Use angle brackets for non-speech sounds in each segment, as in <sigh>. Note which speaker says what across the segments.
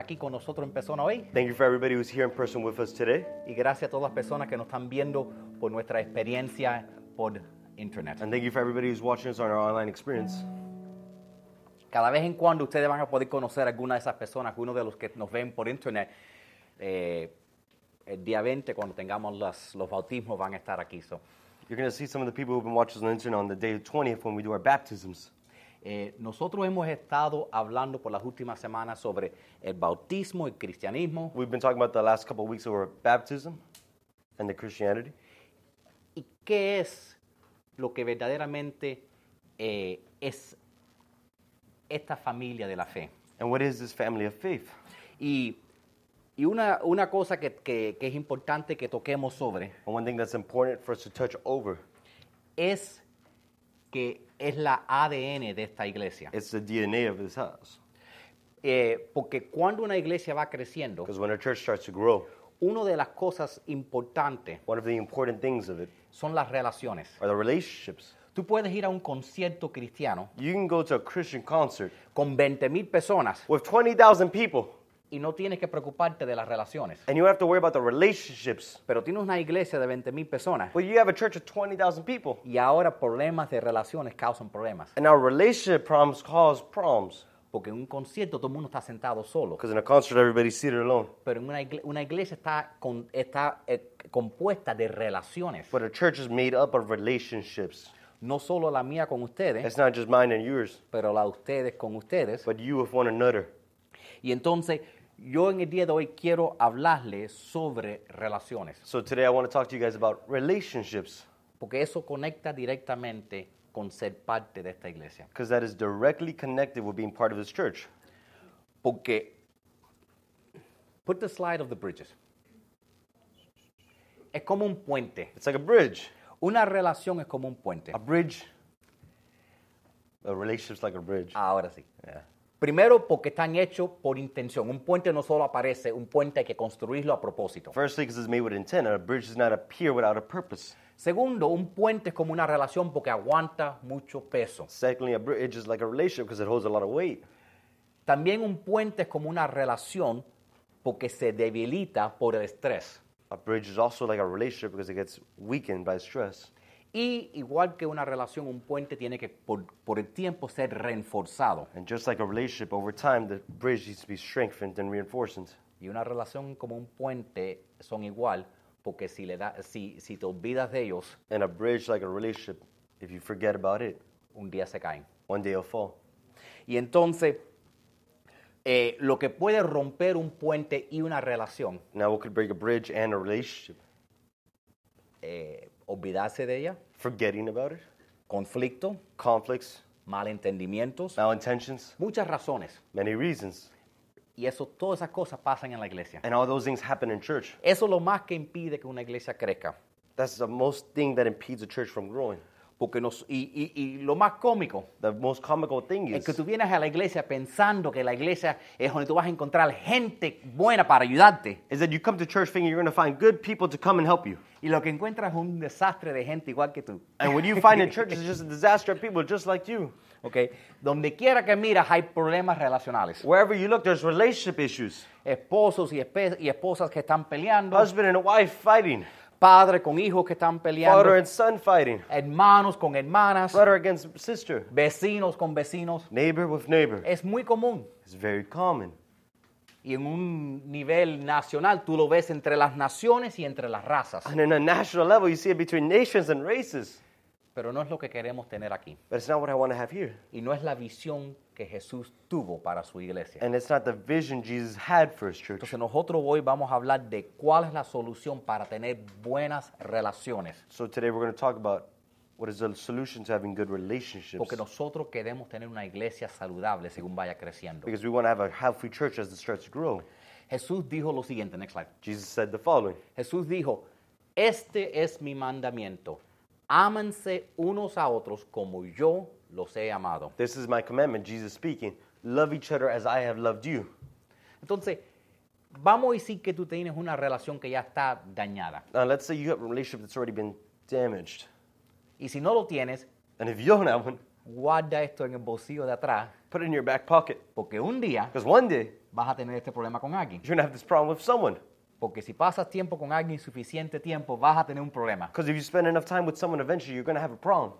Speaker 1: aquí con nosotros en persona hoy.
Speaker 2: Thank you for everybody who's here in person with us today.
Speaker 1: Y gracias a todas las personas que nos están viendo por nuestra experiencia por internet.
Speaker 2: And thank you for everybody who's watching us on our online experience.
Speaker 1: Cada vez en cuando ustedes van a poder conocer a alguna de esas personas, algunos de los que nos ven por internet. Eh, el día 20, cuando tengamos las- los bautismos, van a estar aquí. so.
Speaker 2: You're going to see some of the people who've been watching us on the internet on the day 20th when we do our baptisms.
Speaker 1: Eh, nosotros hemos estado hablando por las últimas semanas sobre el bautismo, el cristianismo,
Speaker 2: We've been talking about the last couple of weeks over baptism and the Christianity.
Speaker 1: y qué es lo que verdaderamente eh, es esta familia de la fe.
Speaker 2: And what is this family of faith?
Speaker 1: Y, y una, una cosa que, que- que es importante que toquemos sobre
Speaker 2: And one thing that's important for us to touch over
Speaker 1: es que es la ADN de esta iglesia.
Speaker 2: it's the DNA of this house.
Speaker 1: Eh, porque cuando una iglesia va creciendo,
Speaker 2: Because when a church starts to grow,
Speaker 1: una de las cosas importantes
Speaker 2: one of the important things of it
Speaker 1: son las relaciones.
Speaker 2: are the relationships.
Speaker 1: Tú puedes ir a un concierto cristiano
Speaker 2: You can go to a Christian concert
Speaker 1: con 20 mil personas
Speaker 2: with 20,000 people
Speaker 1: y no tienes que preocuparte de las relaciones.
Speaker 2: and you don't have to worry about the relationships.
Speaker 1: Pero tienes una iglesia de 20 mil personas
Speaker 2: But you have a church of 20,000 people
Speaker 1: y ahora problemas de relaciones causan problemas.
Speaker 2: and our relationship problems cause problems.
Speaker 1: Porque en un concierto todo el mundo está sentado solo.
Speaker 2: Because in a concert, everybody's seated alone.
Speaker 1: Pero en una, igle- una iglesia está, con- está eh, compuesta de relaciones.
Speaker 2: But a church is made up of relationships.
Speaker 1: No solo la mía con ustedes,
Speaker 2: It's not just mine and yours,
Speaker 1: pero la de ustedes con ustedes.
Speaker 2: but you with one another.
Speaker 1: Y entonces yo en el día de hoy quiero hablarles sobre relaciones.
Speaker 2: So today, I want to talk to you guys about relationships
Speaker 1: Porque eso conecta directamente con ser parte de esta iglesia.
Speaker 2: because that is directly connected with being part of this church.
Speaker 1: Porque, put the slide of the bridges. Es como un puente.
Speaker 2: It's like a bridge.
Speaker 1: Una relación es como un puente.
Speaker 2: A bridge. A relationship's like a bridge.
Speaker 1: Ahora sí.
Speaker 2: Yeah.
Speaker 1: Primero, porque están hechos por intención. Un puente no solo aparece, un puente hay que construirlo a propósito.
Speaker 2: Firstly, because it's made with intent, and a bridge does not appear without a purpose.
Speaker 1: Segundo, un puente es como una relación porque aguanta mucho peso.
Speaker 2: Secondly, a bridge is like a relationship because it holds a lot of weight.
Speaker 1: También un puente es como una relación porque se debilita por el estrés.
Speaker 2: A bridge is also like a relationship because it gets weakened by stress.
Speaker 1: Y igual que una relación, un puente tiene que por, por el tiempo ser reforzado.
Speaker 2: And just like a relationship, over time, the bridge needs to be strengthened and reinforced.
Speaker 1: Y una relación como un puente son igual, porque si, le da, si, si te olvidas de ellos,
Speaker 2: And a bridge, like a relationship, if you forget about it,
Speaker 1: un día se caen.
Speaker 2: one day it'll fall.
Speaker 1: Y entonces, eh, lo que puede romper un puente y una relación,
Speaker 2: Now, what could break a bridge and a relationship?
Speaker 1: eh, olvidarse de ella,
Speaker 2: Forgetting about it,
Speaker 1: conflicto,
Speaker 2: conflicts,
Speaker 1: malentendimientos,
Speaker 2: malintentions,
Speaker 1: muchas razones.
Speaker 2: many reasons.
Speaker 1: Y eso, todas esas cosas pasan en la iglesia.
Speaker 2: And all those things happen in church.
Speaker 1: Eso es lo más que impide que una iglesia crezca.
Speaker 2: That's the most thing that impedes a church from growing.
Speaker 1: Porque nos, y, y- y lo más cómico
Speaker 2: The most comical thing
Speaker 1: es
Speaker 2: is
Speaker 1: que tú vienes a la iglesia pensando que la iglesia es donde tú vas a encontrar gente buena para ayudarte.
Speaker 2: is that you come to church thinking you're going to find good people to come and help you.
Speaker 1: Y lo que encuentras es un desastre de gente igual que tú.
Speaker 2: And what you find in church is just a disaster of people just like you.
Speaker 1: ¿ok? Donde quiera que miras hay problemas relacionales.
Speaker 2: Wherever you look, there's relationship issues.
Speaker 1: Esposos y, espe- y esposas que están peleando,
Speaker 2: Husband and wife fighting,
Speaker 1: padres con hijos que están
Speaker 2: father
Speaker 1: peleando,
Speaker 2: and son fighting,
Speaker 1: hermanos con hermanas,
Speaker 2: brother against sister,
Speaker 1: vecinos con vecinos.
Speaker 2: neighbor with neighbor.
Speaker 1: Es muy común.
Speaker 2: It's very common.
Speaker 1: Y en un nivel nacional tú lo ves entre las naciones y entre las razas.
Speaker 2: And on a national level, you see it between nations and races.
Speaker 1: Pero no es lo que queremos tener aquí.
Speaker 2: But it's not what I want to have here.
Speaker 1: Y no es la visión que Jesús tuvo para su iglesia.
Speaker 2: And it's not the vision Jesus had for his church.
Speaker 1: Entonces nosotros hoy vamos a hablar de cuál es la solución para tener buenas relaciones.
Speaker 2: So today we're going to talk about what is the solution to having good relationships.
Speaker 1: Porque nosotros queremos tener una iglesia saludable según vaya creciendo.
Speaker 2: Because we want to have a healthy church as it starts to grow.
Speaker 1: Jesús dijo lo siguiente, next slide.
Speaker 2: Jesus said the following
Speaker 1: Jesús dijo, este es mi mandamiento. Ámense unos a otros como yo los he amado.
Speaker 2: This is my commandment, Jesus speaking. Love each other as I have loved you.
Speaker 1: Entonces, vamos a decir que tú tienes una relación que ya está dañada.
Speaker 2: Now, let's say you have a relationship that's already been damaged.
Speaker 1: Y si no lo tienes,
Speaker 2: And if you don't have one,
Speaker 1: guarda esto en el bolsillo de atrás,
Speaker 2: put it in your back pocket.
Speaker 1: porque un día
Speaker 2: Because one day,
Speaker 1: vas a tener este problema con alguien.
Speaker 2: You're going to have this problem with someone.
Speaker 1: Porque si pasas tiempo con alguien suficiente tiempo, vas a tener un problema.
Speaker 2: Because if you spend enough time with someone, eventually you're going to have a problem.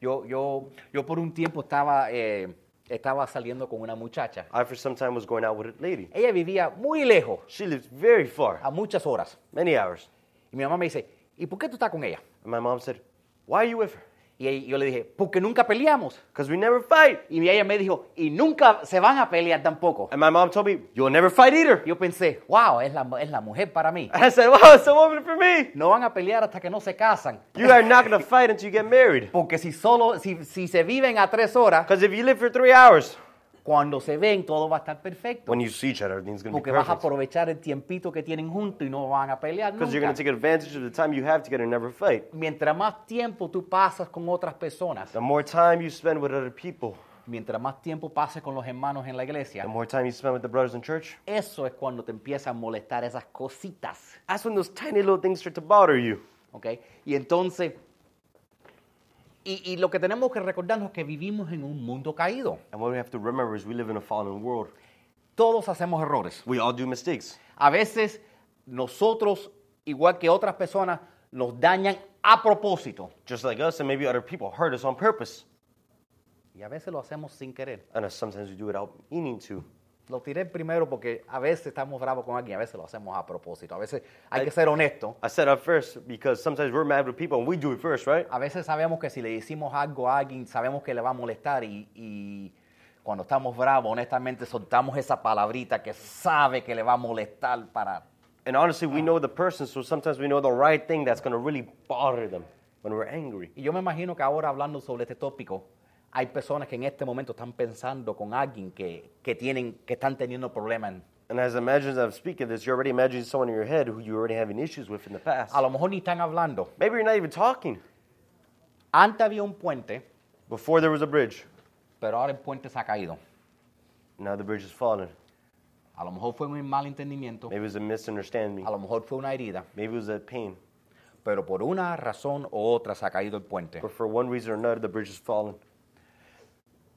Speaker 1: Yo, yo, yo por un tiempo estaba, eh, estaba saliendo con una muchacha.
Speaker 2: I, for some time, was going out with a lady.
Speaker 1: Ella vivía muy lejos,
Speaker 2: She lived very far,
Speaker 1: a muchas horas.
Speaker 2: many hours.
Speaker 1: Y mi mamá me dice, ¿y por qué tú estás con ella?
Speaker 2: And my mom said, Why are you with her?
Speaker 1: Y ella- yo le dije, porque nunca peleamos.
Speaker 2: Because we never fight.
Speaker 1: Y ella me dijo, y nunca se van a pelear tampoco.
Speaker 2: And my mom told me, You'll never fight either.
Speaker 1: Yo pensé, wow, es la, es la mujer para mí.
Speaker 2: And I said, Wow, <laughs> it's a woman for me.
Speaker 1: No van a pelear hasta que no se casan.
Speaker 2: You are not going to fight until you get married.
Speaker 1: Porque si solo, si, si se viven a tres horas,
Speaker 2: Because if you live for three hours,
Speaker 1: cuando se ven todo va a estar perfecto.
Speaker 2: when you see each other, everything's going to be
Speaker 1: Porque vas a
Speaker 2: perfect.
Speaker 1: aprovechar el tiempito que tienen juntos y no van a pelear
Speaker 2: Because you're going
Speaker 1: nunca.
Speaker 2: to take advantage of the time you have together and never fight.
Speaker 1: Mientras más tiempo tú pasas con otras personas,
Speaker 2: The more time you spend with other people,
Speaker 1: mientras más tiempo pases con los hermanos en la
Speaker 2: the
Speaker 1: iglesia,
Speaker 2: more time you spend with the brothers in church,
Speaker 1: eso es cuando te empiezan a molestar esas cositas.
Speaker 2: that's when those tiny little things start to bother you.
Speaker 1: ¿ok? Y entonces, y, y lo que tenemos que recordarnos es que vivimos en un mundo caído.
Speaker 2: And what we have to remember is we live in a fallen world.
Speaker 1: Todos hacemos errores.
Speaker 2: We all do mistakes.
Speaker 1: A veces nosotros, igual que otras personas, nos dañan a propósito.
Speaker 2: Just like us, and maybe other people hurt us on purpose.
Speaker 1: Y a veces lo hacemos sin querer.
Speaker 2: And us- sometimes we do it without meaning to.
Speaker 1: Lo tiré primero porque a veces estamos bravos con alguien, a veces lo hacemos a propósito. A veces hay que ser honesto.
Speaker 2: I said up first because sometimes we're mad with people and we do it first, right?
Speaker 1: A veces sabemos que si le decimos algo a alguien, sabemos que le va a molestar y, y cuando estamos bravos, honestamente, soltamos esa palabrita que sabe que le va a molestar para...
Speaker 2: And honestly, we know the person, so sometimes we know the right thing that's going to really bother them when we're angry.
Speaker 1: Y yo me imagino que ahora hablando sobre este tópico, hay personas que en este momento están pensando con alguien que, que tienen, que están teniendo problemas. en-
Speaker 2: And as I imagine as I'm speaking this, you're already imagining someone in your head who you already having issues with in the past.
Speaker 1: A lo mejor ni están hablando.
Speaker 2: Maybe you're not even talking.
Speaker 1: Antes había un puente,
Speaker 2: Before there was a bridge,
Speaker 1: pero ahora el puente se ha caído.
Speaker 2: now the bridge is fallen.
Speaker 1: A lo mejor fue un mal entendimiento,
Speaker 2: Maybe it was a misunderstanding.
Speaker 1: a lo mejor fue una herida,
Speaker 2: Maybe it was a pain.
Speaker 1: pero por una razón u otra se ha caído el puente.
Speaker 2: But for one reason or another, the bridge is fallen.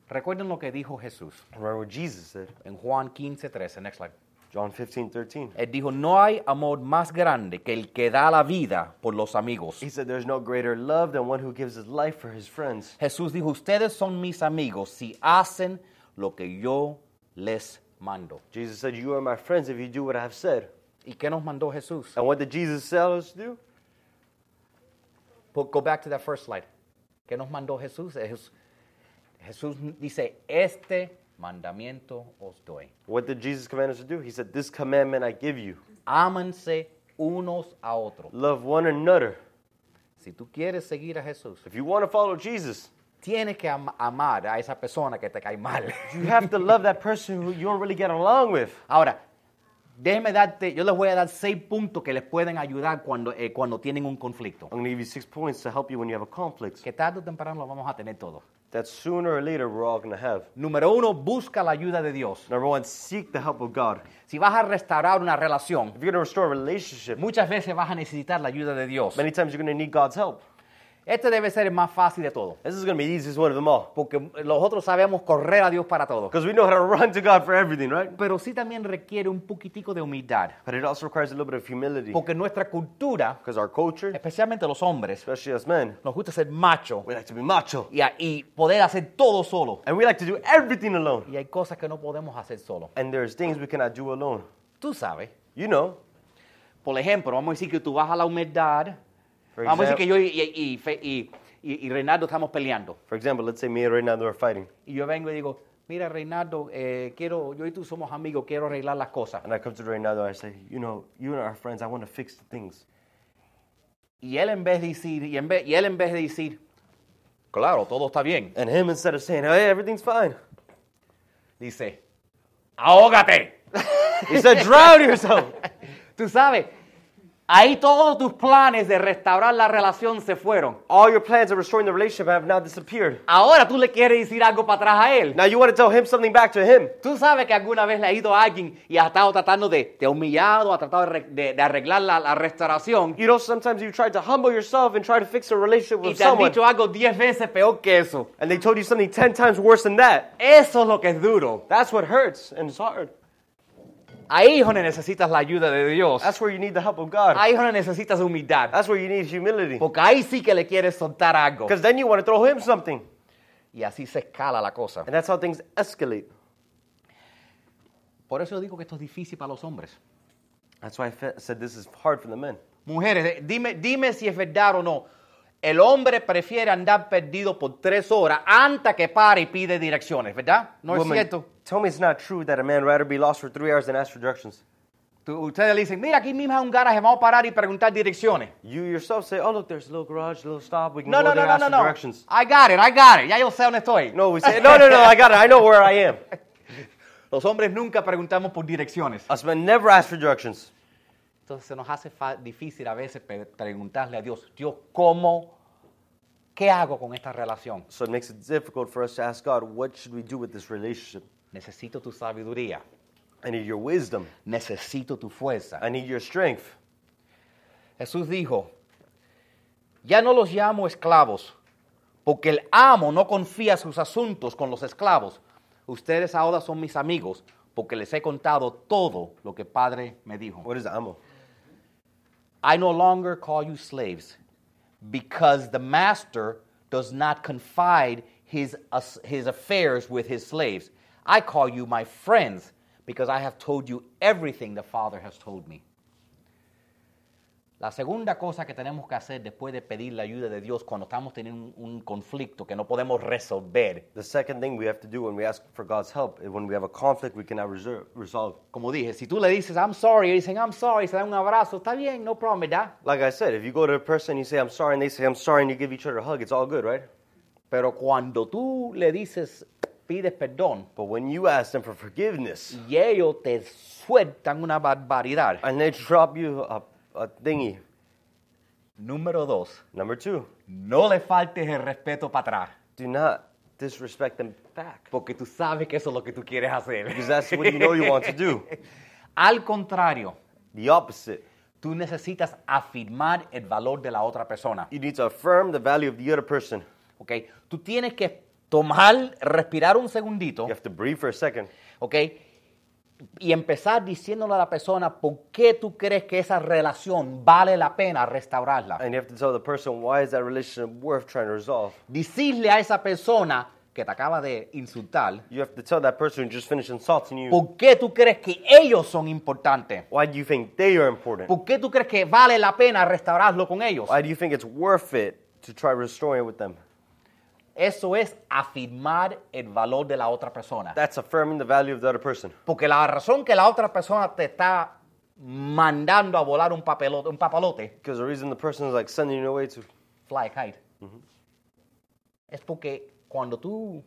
Speaker 1: Recuerden lo que dijo Jesús.
Speaker 2: Remember what Jesus said,
Speaker 1: En Juan 15, 13, next slide.
Speaker 2: John 15, 13.
Speaker 1: Él dijo, no hay amor más grande que el que da la vida por los amigos.
Speaker 2: He said, There's no greater love than one who gives his life for his friends.
Speaker 1: Jesús dijo, ustedes son mis amigos si hacen lo que yo les mando.
Speaker 2: Jesus said, You are my friends if you do what I have said.
Speaker 1: ¿Y qué nos mandó Jesús?
Speaker 2: And what did Jesus tell us to do?
Speaker 1: But go back to that first slide. ¿Qué nos mandó Jesús? Jes- Jesús dice, este mandamiento os doy.
Speaker 2: What did Jesus command us to do? He said, This commandment I give you
Speaker 1: Ámense unos a otros.
Speaker 2: love one another.
Speaker 1: Si tú quieres seguir a Jesús,
Speaker 2: If you want to follow Jesus,
Speaker 1: tienes que am- amar a esa persona que te cae mal.
Speaker 2: you have to love that person who you don't really get along with.
Speaker 1: Ahora, déjeme darte, yo les voy a dar seis puntos que les pueden ayudar cuando, eh, cuando tienen un conflicto.
Speaker 2: I'm going to give you six points to help you when you have a conflict
Speaker 1: Que tarde o temprano lo vamos a tener todo.
Speaker 2: that sooner or later we're all going to have.
Speaker 1: Número uno, busca la ayuda de Dios.
Speaker 2: Number one, seek the help of God.
Speaker 1: Si vas a restaurar una relación,
Speaker 2: If you're going to restore a relationship,
Speaker 1: muchas veces vas a necesitar la ayuda de Dios.
Speaker 2: many times you're going to need God's help.
Speaker 1: Este debe ser el más fácil de todo.
Speaker 2: This is going to be the easiest one of them all
Speaker 1: Porque nosotros sabemos correr a Dios para todo.
Speaker 2: because we know how to <laughs> run to God for everything, right?
Speaker 1: Pero sí también requiere un poquitico de humildad.
Speaker 2: But it also requires a little bit of humility
Speaker 1: Porque nuestra cultura,
Speaker 2: because our culture,
Speaker 1: especialmente los hombres,
Speaker 2: especially us men,
Speaker 1: nos gusta ser macho
Speaker 2: we like to be macho
Speaker 1: y, y poder hacer todo solo.
Speaker 2: and we like to do everything alone.
Speaker 1: Y hay cosas que no podemos hacer solo.
Speaker 2: And there's things we cannot do alone.
Speaker 1: Tú sabes.
Speaker 2: You know,
Speaker 1: Por ejemplo, vamos a decir que tú vas a la humedad.
Speaker 2: For
Speaker 1: Vamos a decir
Speaker 2: example-
Speaker 1: que yo y, y, y Fe- y- y- y Reinaldo estamos peleando.
Speaker 2: for example, let's say me and Reynaldo are fighting,
Speaker 1: Y yo vengo y digo, mira Reinaldo, eh, quiero, yo y tú somos amigos, quiero arreglar las cosas.
Speaker 2: and I come to Reynaldo and I say, you know, you and our friends, I want to fix the things.
Speaker 1: Y él en vez de decir, y, en vez- y él en vez de decir, claro, todo está bien,
Speaker 2: And him, instead of saying, hey, everything's fine,
Speaker 1: dice, ahógate. <laughs>
Speaker 2: he said, drown yourself.
Speaker 1: Tú sabes, ahí todos tus planes de restaurar la relación se fueron.
Speaker 2: All your plans of restoring the relationship have now disappeared.
Speaker 1: Ahora tú le quieres decir algo para atrás a él.
Speaker 2: Now you want to tell him something back to him.
Speaker 1: Tú sabes que alguna vez le ha ido a alguien y ha estado tratando de, te ha humillado, ha tratado de, re- de- de arreglar la, la restauración
Speaker 2: You know, sometimes you've tried to humble yourself and try to fix a relationship
Speaker 1: y
Speaker 2: with
Speaker 1: te han
Speaker 2: someone,
Speaker 1: dicho algo diez veces peor que eso.
Speaker 2: and they told you something ten times worse than that.
Speaker 1: Eso es lo que es duro.
Speaker 2: That's what hurts, and it's hard.
Speaker 1: Ahí, donde necesitas la ayuda de Dios.
Speaker 2: That's where you need the help of God.
Speaker 1: Ahí, donde necesitas humildad.
Speaker 2: That's where you need humility.
Speaker 1: Porque ahí sí que le quieres soltar algo.
Speaker 2: Because then you want to throw him something.
Speaker 1: Y así se escala la cosa.
Speaker 2: And that's how things escalate.
Speaker 1: Por eso digo que esto es difícil para los hombres.
Speaker 2: That's why I fe- said this is hard for the men.
Speaker 1: Mujeres, eh, dime, dime si es verdad o no. El hombre prefiere andar perdido por tres horas antes que pare y pide direcciones, ¿verdad? No
Speaker 2: Woman,
Speaker 1: es cierto.
Speaker 2: Tell me it's not true that a man rather be lost for three hours than ask for directions.
Speaker 1: Tú- ustedes le dicen, mira, aquí mismo hay un garaje, vamos a parar y preguntar direcciones.
Speaker 2: You yourself say, oh, look, there's a little garage, a little stop. We can
Speaker 1: No,
Speaker 2: go
Speaker 1: no,
Speaker 2: there
Speaker 1: no,
Speaker 2: and
Speaker 1: no,
Speaker 2: ask
Speaker 1: no,
Speaker 2: for
Speaker 1: no.
Speaker 2: directions.
Speaker 1: I got it, I got it. Ya yo sé dónde estoy.
Speaker 2: No,
Speaker 1: <laughs>
Speaker 2: we say, no, no, no, I got it. I know where I am.
Speaker 1: Los hombres nunca preguntamos por direcciones.
Speaker 2: Us men never ask for directions.
Speaker 1: Entonces se nos hace fa- difícil a veces pe- preguntarle a Dios, Dios, ¿cómo? ¿Qué hago con esta relación?
Speaker 2: So it makes it difficult for us to ask God, what should we do with this relationship?
Speaker 1: Necesito tu sabiduría.
Speaker 2: I need your wisdom.
Speaker 1: Necesito tu fuerza.
Speaker 2: I need your strength.
Speaker 1: Jesús dijo, ya no los llamo esclavos, porque el amo no confía sus asuntos con los esclavos. Ustedes ahora son mis amigos, porque les he contado todo lo que el Padre me dijo.
Speaker 2: What is amo?
Speaker 1: I no longer call you slaves, because the master does not confide his, ass- his affairs with his slaves. I call you my friends, because I have told you everything the Father has told me. La segunda cosa que tenemos que hacer después de pedir la ayuda de Dios cuando estamos teniendo un, un conflicto que no podemos resolver,
Speaker 2: The second thing we have to do when we ask for God's help, when we have a conflict we cannot reserve, resolve.
Speaker 1: como dije, si tú le dices I'm sorry, y dicen I'm sorry, se dan un abrazo, está bien, no problem, ¿verdad?
Speaker 2: Like I said, if you go to a person and you say, I'm sorry, and they say, I'm sorry, and you give each other a hug, it's all good, right?
Speaker 1: Pero cuando tú le dices, pides perdón,
Speaker 2: But when you ask them for forgiveness,
Speaker 1: y ellos te sueltan una barbaridad.
Speaker 2: and they drop you a, a thingy.
Speaker 1: Número dos,
Speaker 2: Number two,
Speaker 1: no le faltes el respeto para atrás,
Speaker 2: do not disrespect them back.
Speaker 1: porque tú sabes que eso es lo que tú quieres hacer.
Speaker 2: Because that's what you know you want to do.
Speaker 1: <laughs> Al contrario,
Speaker 2: The opposite.
Speaker 1: tú necesitas afirmar el valor de la otra persona,
Speaker 2: You need to affirm the value of the other person.
Speaker 1: ¿ok? Tú tienes que tomar, respirar un segundito,
Speaker 2: You have to breathe for a second.
Speaker 1: ¿ok? Y empezar diciéndole a la persona por qué tú crees que esa relación vale la pena restaurarla.
Speaker 2: And you have to tell the person why is that relationship worth trying to resolve.
Speaker 1: Decirle a esa persona que te acaba de insultar
Speaker 2: You have to tell that person who just finished insulting you
Speaker 1: ¿Por qué tú crees que ellos son importantes?
Speaker 2: why do you think they are important?
Speaker 1: ¿Por qué tú crees que vale la pena restaurarlo con ellos?
Speaker 2: Why do you think it's worth it to try restoring it with them?
Speaker 1: Eso es afirmar el valor de la otra persona.
Speaker 2: That's affirming the value of the other person.
Speaker 1: Porque la razón que la otra persona te está mandando a volar un papelote, un papalote,
Speaker 2: Because the reason the person is like sending you away to
Speaker 1: fly a kite, es porque cuando tú,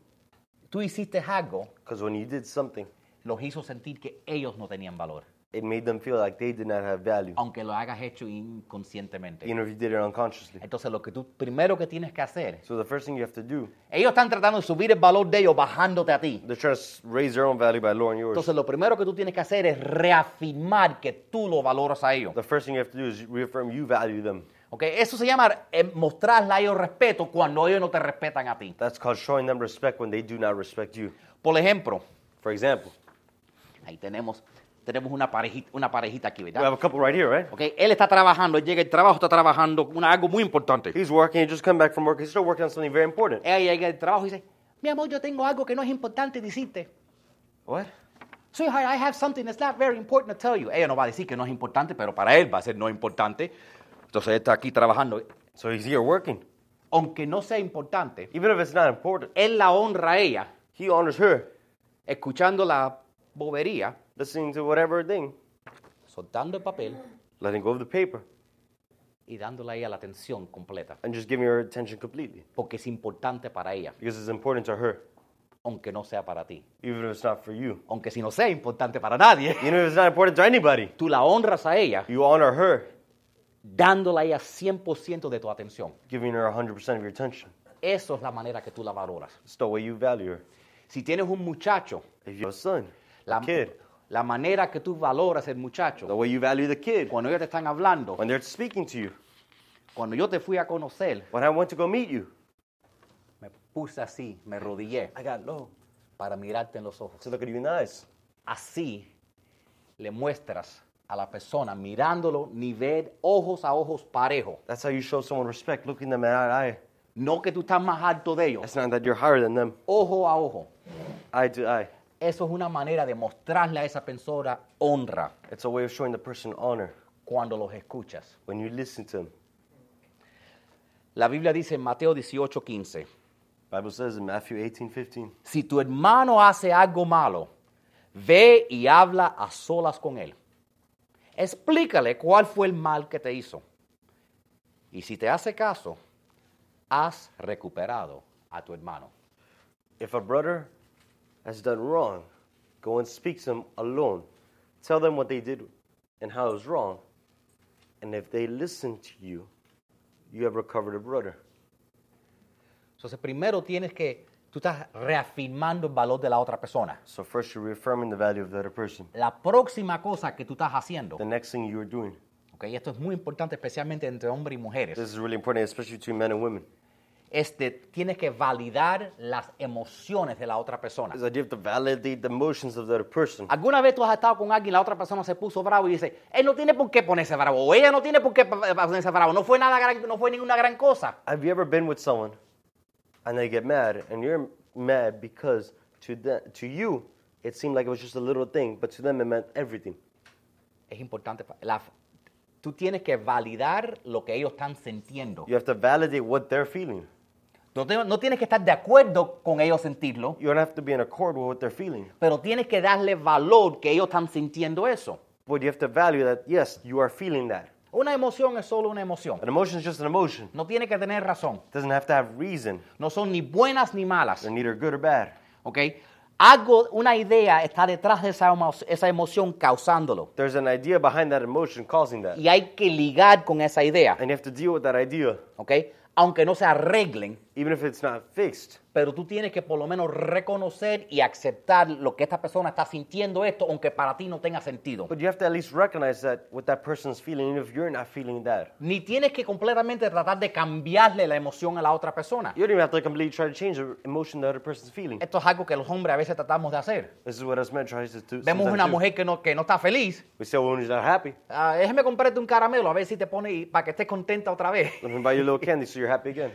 Speaker 1: tú hiciste algo,
Speaker 2: because when you did something,
Speaker 1: los hizo sentir que ellos no tenían valor,
Speaker 2: it made them feel like they did not have value.
Speaker 1: aunque lo hagas hecho inconscientemente.
Speaker 2: Even if you did it unconsciously.
Speaker 1: Entonces lo que tú primero que tienes que hacer,
Speaker 2: So the first thing you have to do,
Speaker 1: ellos están tratando de subir el valor de ellos bajándote a ti.
Speaker 2: they're trying to s- raise their own value by lowering yours.
Speaker 1: Entonces lo primero que tú tienes que hacer es reafirmar que tú lo valoras a ellos.
Speaker 2: The first thing you have to do is reaffirm you value them.
Speaker 1: ¿ok? Eso se llama eh, mostrarle a ellos respeto cuando ellos no te respetan a ti.
Speaker 2: That's called showing them respect when they do not respect you.
Speaker 1: Por ejemplo,
Speaker 2: For example,
Speaker 1: ahí tenemos, tenemos una, parejita, una parejita aquí,
Speaker 2: we have
Speaker 1: ¿verdad?
Speaker 2: a couple right here, right?
Speaker 1: ¿Ok? Él está trabajando, él llega al trabajo, está trabajando, una, algo muy importante.
Speaker 2: He's working, he just come back from work, he's still working on something very important.
Speaker 1: Ella llega al trabajo y dice, mi amor, yo tengo algo que no es importante decirte.
Speaker 2: What?
Speaker 1: Sweetheart, I have something that's not very important to tell you. Ella no va a decir que no es importante, pero para él va a ser no importante. Entonces él está aquí trabajando.
Speaker 2: So he's here working.
Speaker 1: Aunque no sea importante,
Speaker 2: Even if it's not important,
Speaker 1: él la honra a ella,
Speaker 2: he honors her,
Speaker 1: escuchando la bobería,
Speaker 2: listening to whatever thing,
Speaker 1: soltando el papel
Speaker 2: letting go of the paper,
Speaker 1: y dándole a ella la atención completa,
Speaker 2: and just giving her attention completely.
Speaker 1: porque es importante para ella,
Speaker 2: Because it's important to her,
Speaker 1: aunque no sea para ti,
Speaker 2: even if it's not for you.
Speaker 1: aunque si no sea importante para nadie.
Speaker 2: <laughs> Even if it's not important to anybody,
Speaker 1: Tú la honras a ella,
Speaker 2: you honor her,
Speaker 1: dándole a ella 100% de tu atención.
Speaker 2: giving her 100% of your attention.
Speaker 1: Eso es la manera que tú la valoras.
Speaker 2: It's the way you value her.
Speaker 1: Si tienes un muchacho,
Speaker 2: If you have a son,
Speaker 1: la,
Speaker 2: a kid,
Speaker 1: la manera que tú valoras el
Speaker 2: the
Speaker 1: muchacho,
Speaker 2: way you value the kid,
Speaker 1: cuando ellos te están hablando,
Speaker 2: when they're speaking to you,
Speaker 1: cuando yo te fui a conocer,
Speaker 2: when I went to go meet you,
Speaker 1: me puse así, me rodillé
Speaker 2: I got low
Speaker 1: para mirarte en los ojos.
Speaker 2: to look at you in the eyes.
Speaker 1: Así le muestras a la persona mirándolo nivel ojos a ojos parejo.
Speaker 2: That's how you show someone respect, looking them eye to eye.
Speaker 1: No que tú estás más alto de ellos,
Speaker 2: That's not that you're higher than them,
Speaker 1: ojo a ojo.
Speaker 2: eye to eye.
Speaker 1: Eso es una manera de mostrarle a esa persona honra
Speaker 2: It's a way of showing the person honor
Speaker 1: cuando los escuchas.
Speaker 2: when you listen to them.
Speaker 1: La Biblia dice en Mateo 18:15,
Speaker 2: Bible says in Matthew 18, 15,
Speaker 1: si tu hermano hace algo malo, ve y habla a solas con él. Explícale cuál fue el mal que te hizo. Y si te hace caso, has recuperado a tu hermano.
Speaker 2: If a brother has done wrong, go and speak to them alone. Tell them what they did and how it was wrong. And if they listen to you, you have recovered a brother.
Speaker 1: Entonces, primero tienes que, tú estás reafirmando el valor de la otra persona.
Speaker 2: So first you're reaffirming the value of the other person.
Speaker 1: La próxima cosa que tú estás haciendo,
Speaker 2: The next thing you're doing.
Speaker 1: ok, esto es muy importante, especialmente entre hombres y mujeres,
Speaker 2: This is really important, especially between men and women.
Speaker 1: este, tienes que validar las emociones de la otra persona.
Speaker 2: Is that you have to validate the emotions of the other person.
Speaker 1: ¿Alguna vez tú has estado con alguien y la otra persona se puso bravo y dice, él no tiene por qué ponerse bravo, o ella no tiene por qué pa- pa- ponerse bravo, no fue, nada gran- no fue ninguna gran cosa?
Speaker 2: Have you ever been with someone and they get mad and you're mad because to the, to you it seemed like it was just a little thing, but to them it meant everything.
Speaker 1: Es importante. pa- la- tú tienes que validar lo que ellos están sintiendo.
Speaker 2: You have to validate what they're feeling.
Speaker 1: No, te- no tienes que estar de acuerdo con ellos sentirlo,
Speaker 2: You don't have to be in accord with what they're feeling,
Speaker 1: pero tienes que darle valor que ellos están sintiendo eso.
Speaker 2: but you have to value that yes, you are feeling that.
Speaker 1: Una emoción es solo una emoción.
Speaker 2: An emotion is just an emotion.
Speaker 1: No tiene que tener razón.
Speaker 2: It doesn't have to have reason.
Speaker 1: No son ni buenas ni malas.
Speaker 2: They're neither good or bad.
Speaker 1: ¿Ok? Algo, una idea está detrás de esa emo- esa emoción causándolo.
Speaker 2: There's an idea behind that emotion causing that.
Speaker 1: y hay que ligar con esa idea,
Speaker 2: And you have to deal with that idea,
Speaker 1: ¿ok? Aunque no se arreglen,
Speaker 2: even if it's not fixed.
Speaker 1: pero tú tienes que por lo menos reconocer y aceptar lo que esta persona está sintiendo esto, aunque para ti no tenga sentido.
Speaker 2: But you have to at least recognize that what that person's feeling, even if you're not feeling that.
Speaker 1: Ni tienes que completamente tratar de cambiarle la emoción a la otra persona.
Speaker 2: You don't even have to completely try to change the emotion the other person's feeling.
Speaker 1: Esto es algo que los hombres a veces tratamos de hacer.
Speaker 2: This is what us men tries to do.
Speaker 1: Vemos
Speaker 2: sometimes
Speaker 1: una
Speaker 2: do.
Speaker 1: mujer que no, que no está feliz.
Speaker 2: We say, well, when you're not happy,
Speaker 1: ah, déjeme comprarte un caramelo a ver si te pone y- para que estés contenta otra vez.
Speaker 2: let me buy you a little candy so you're happy again.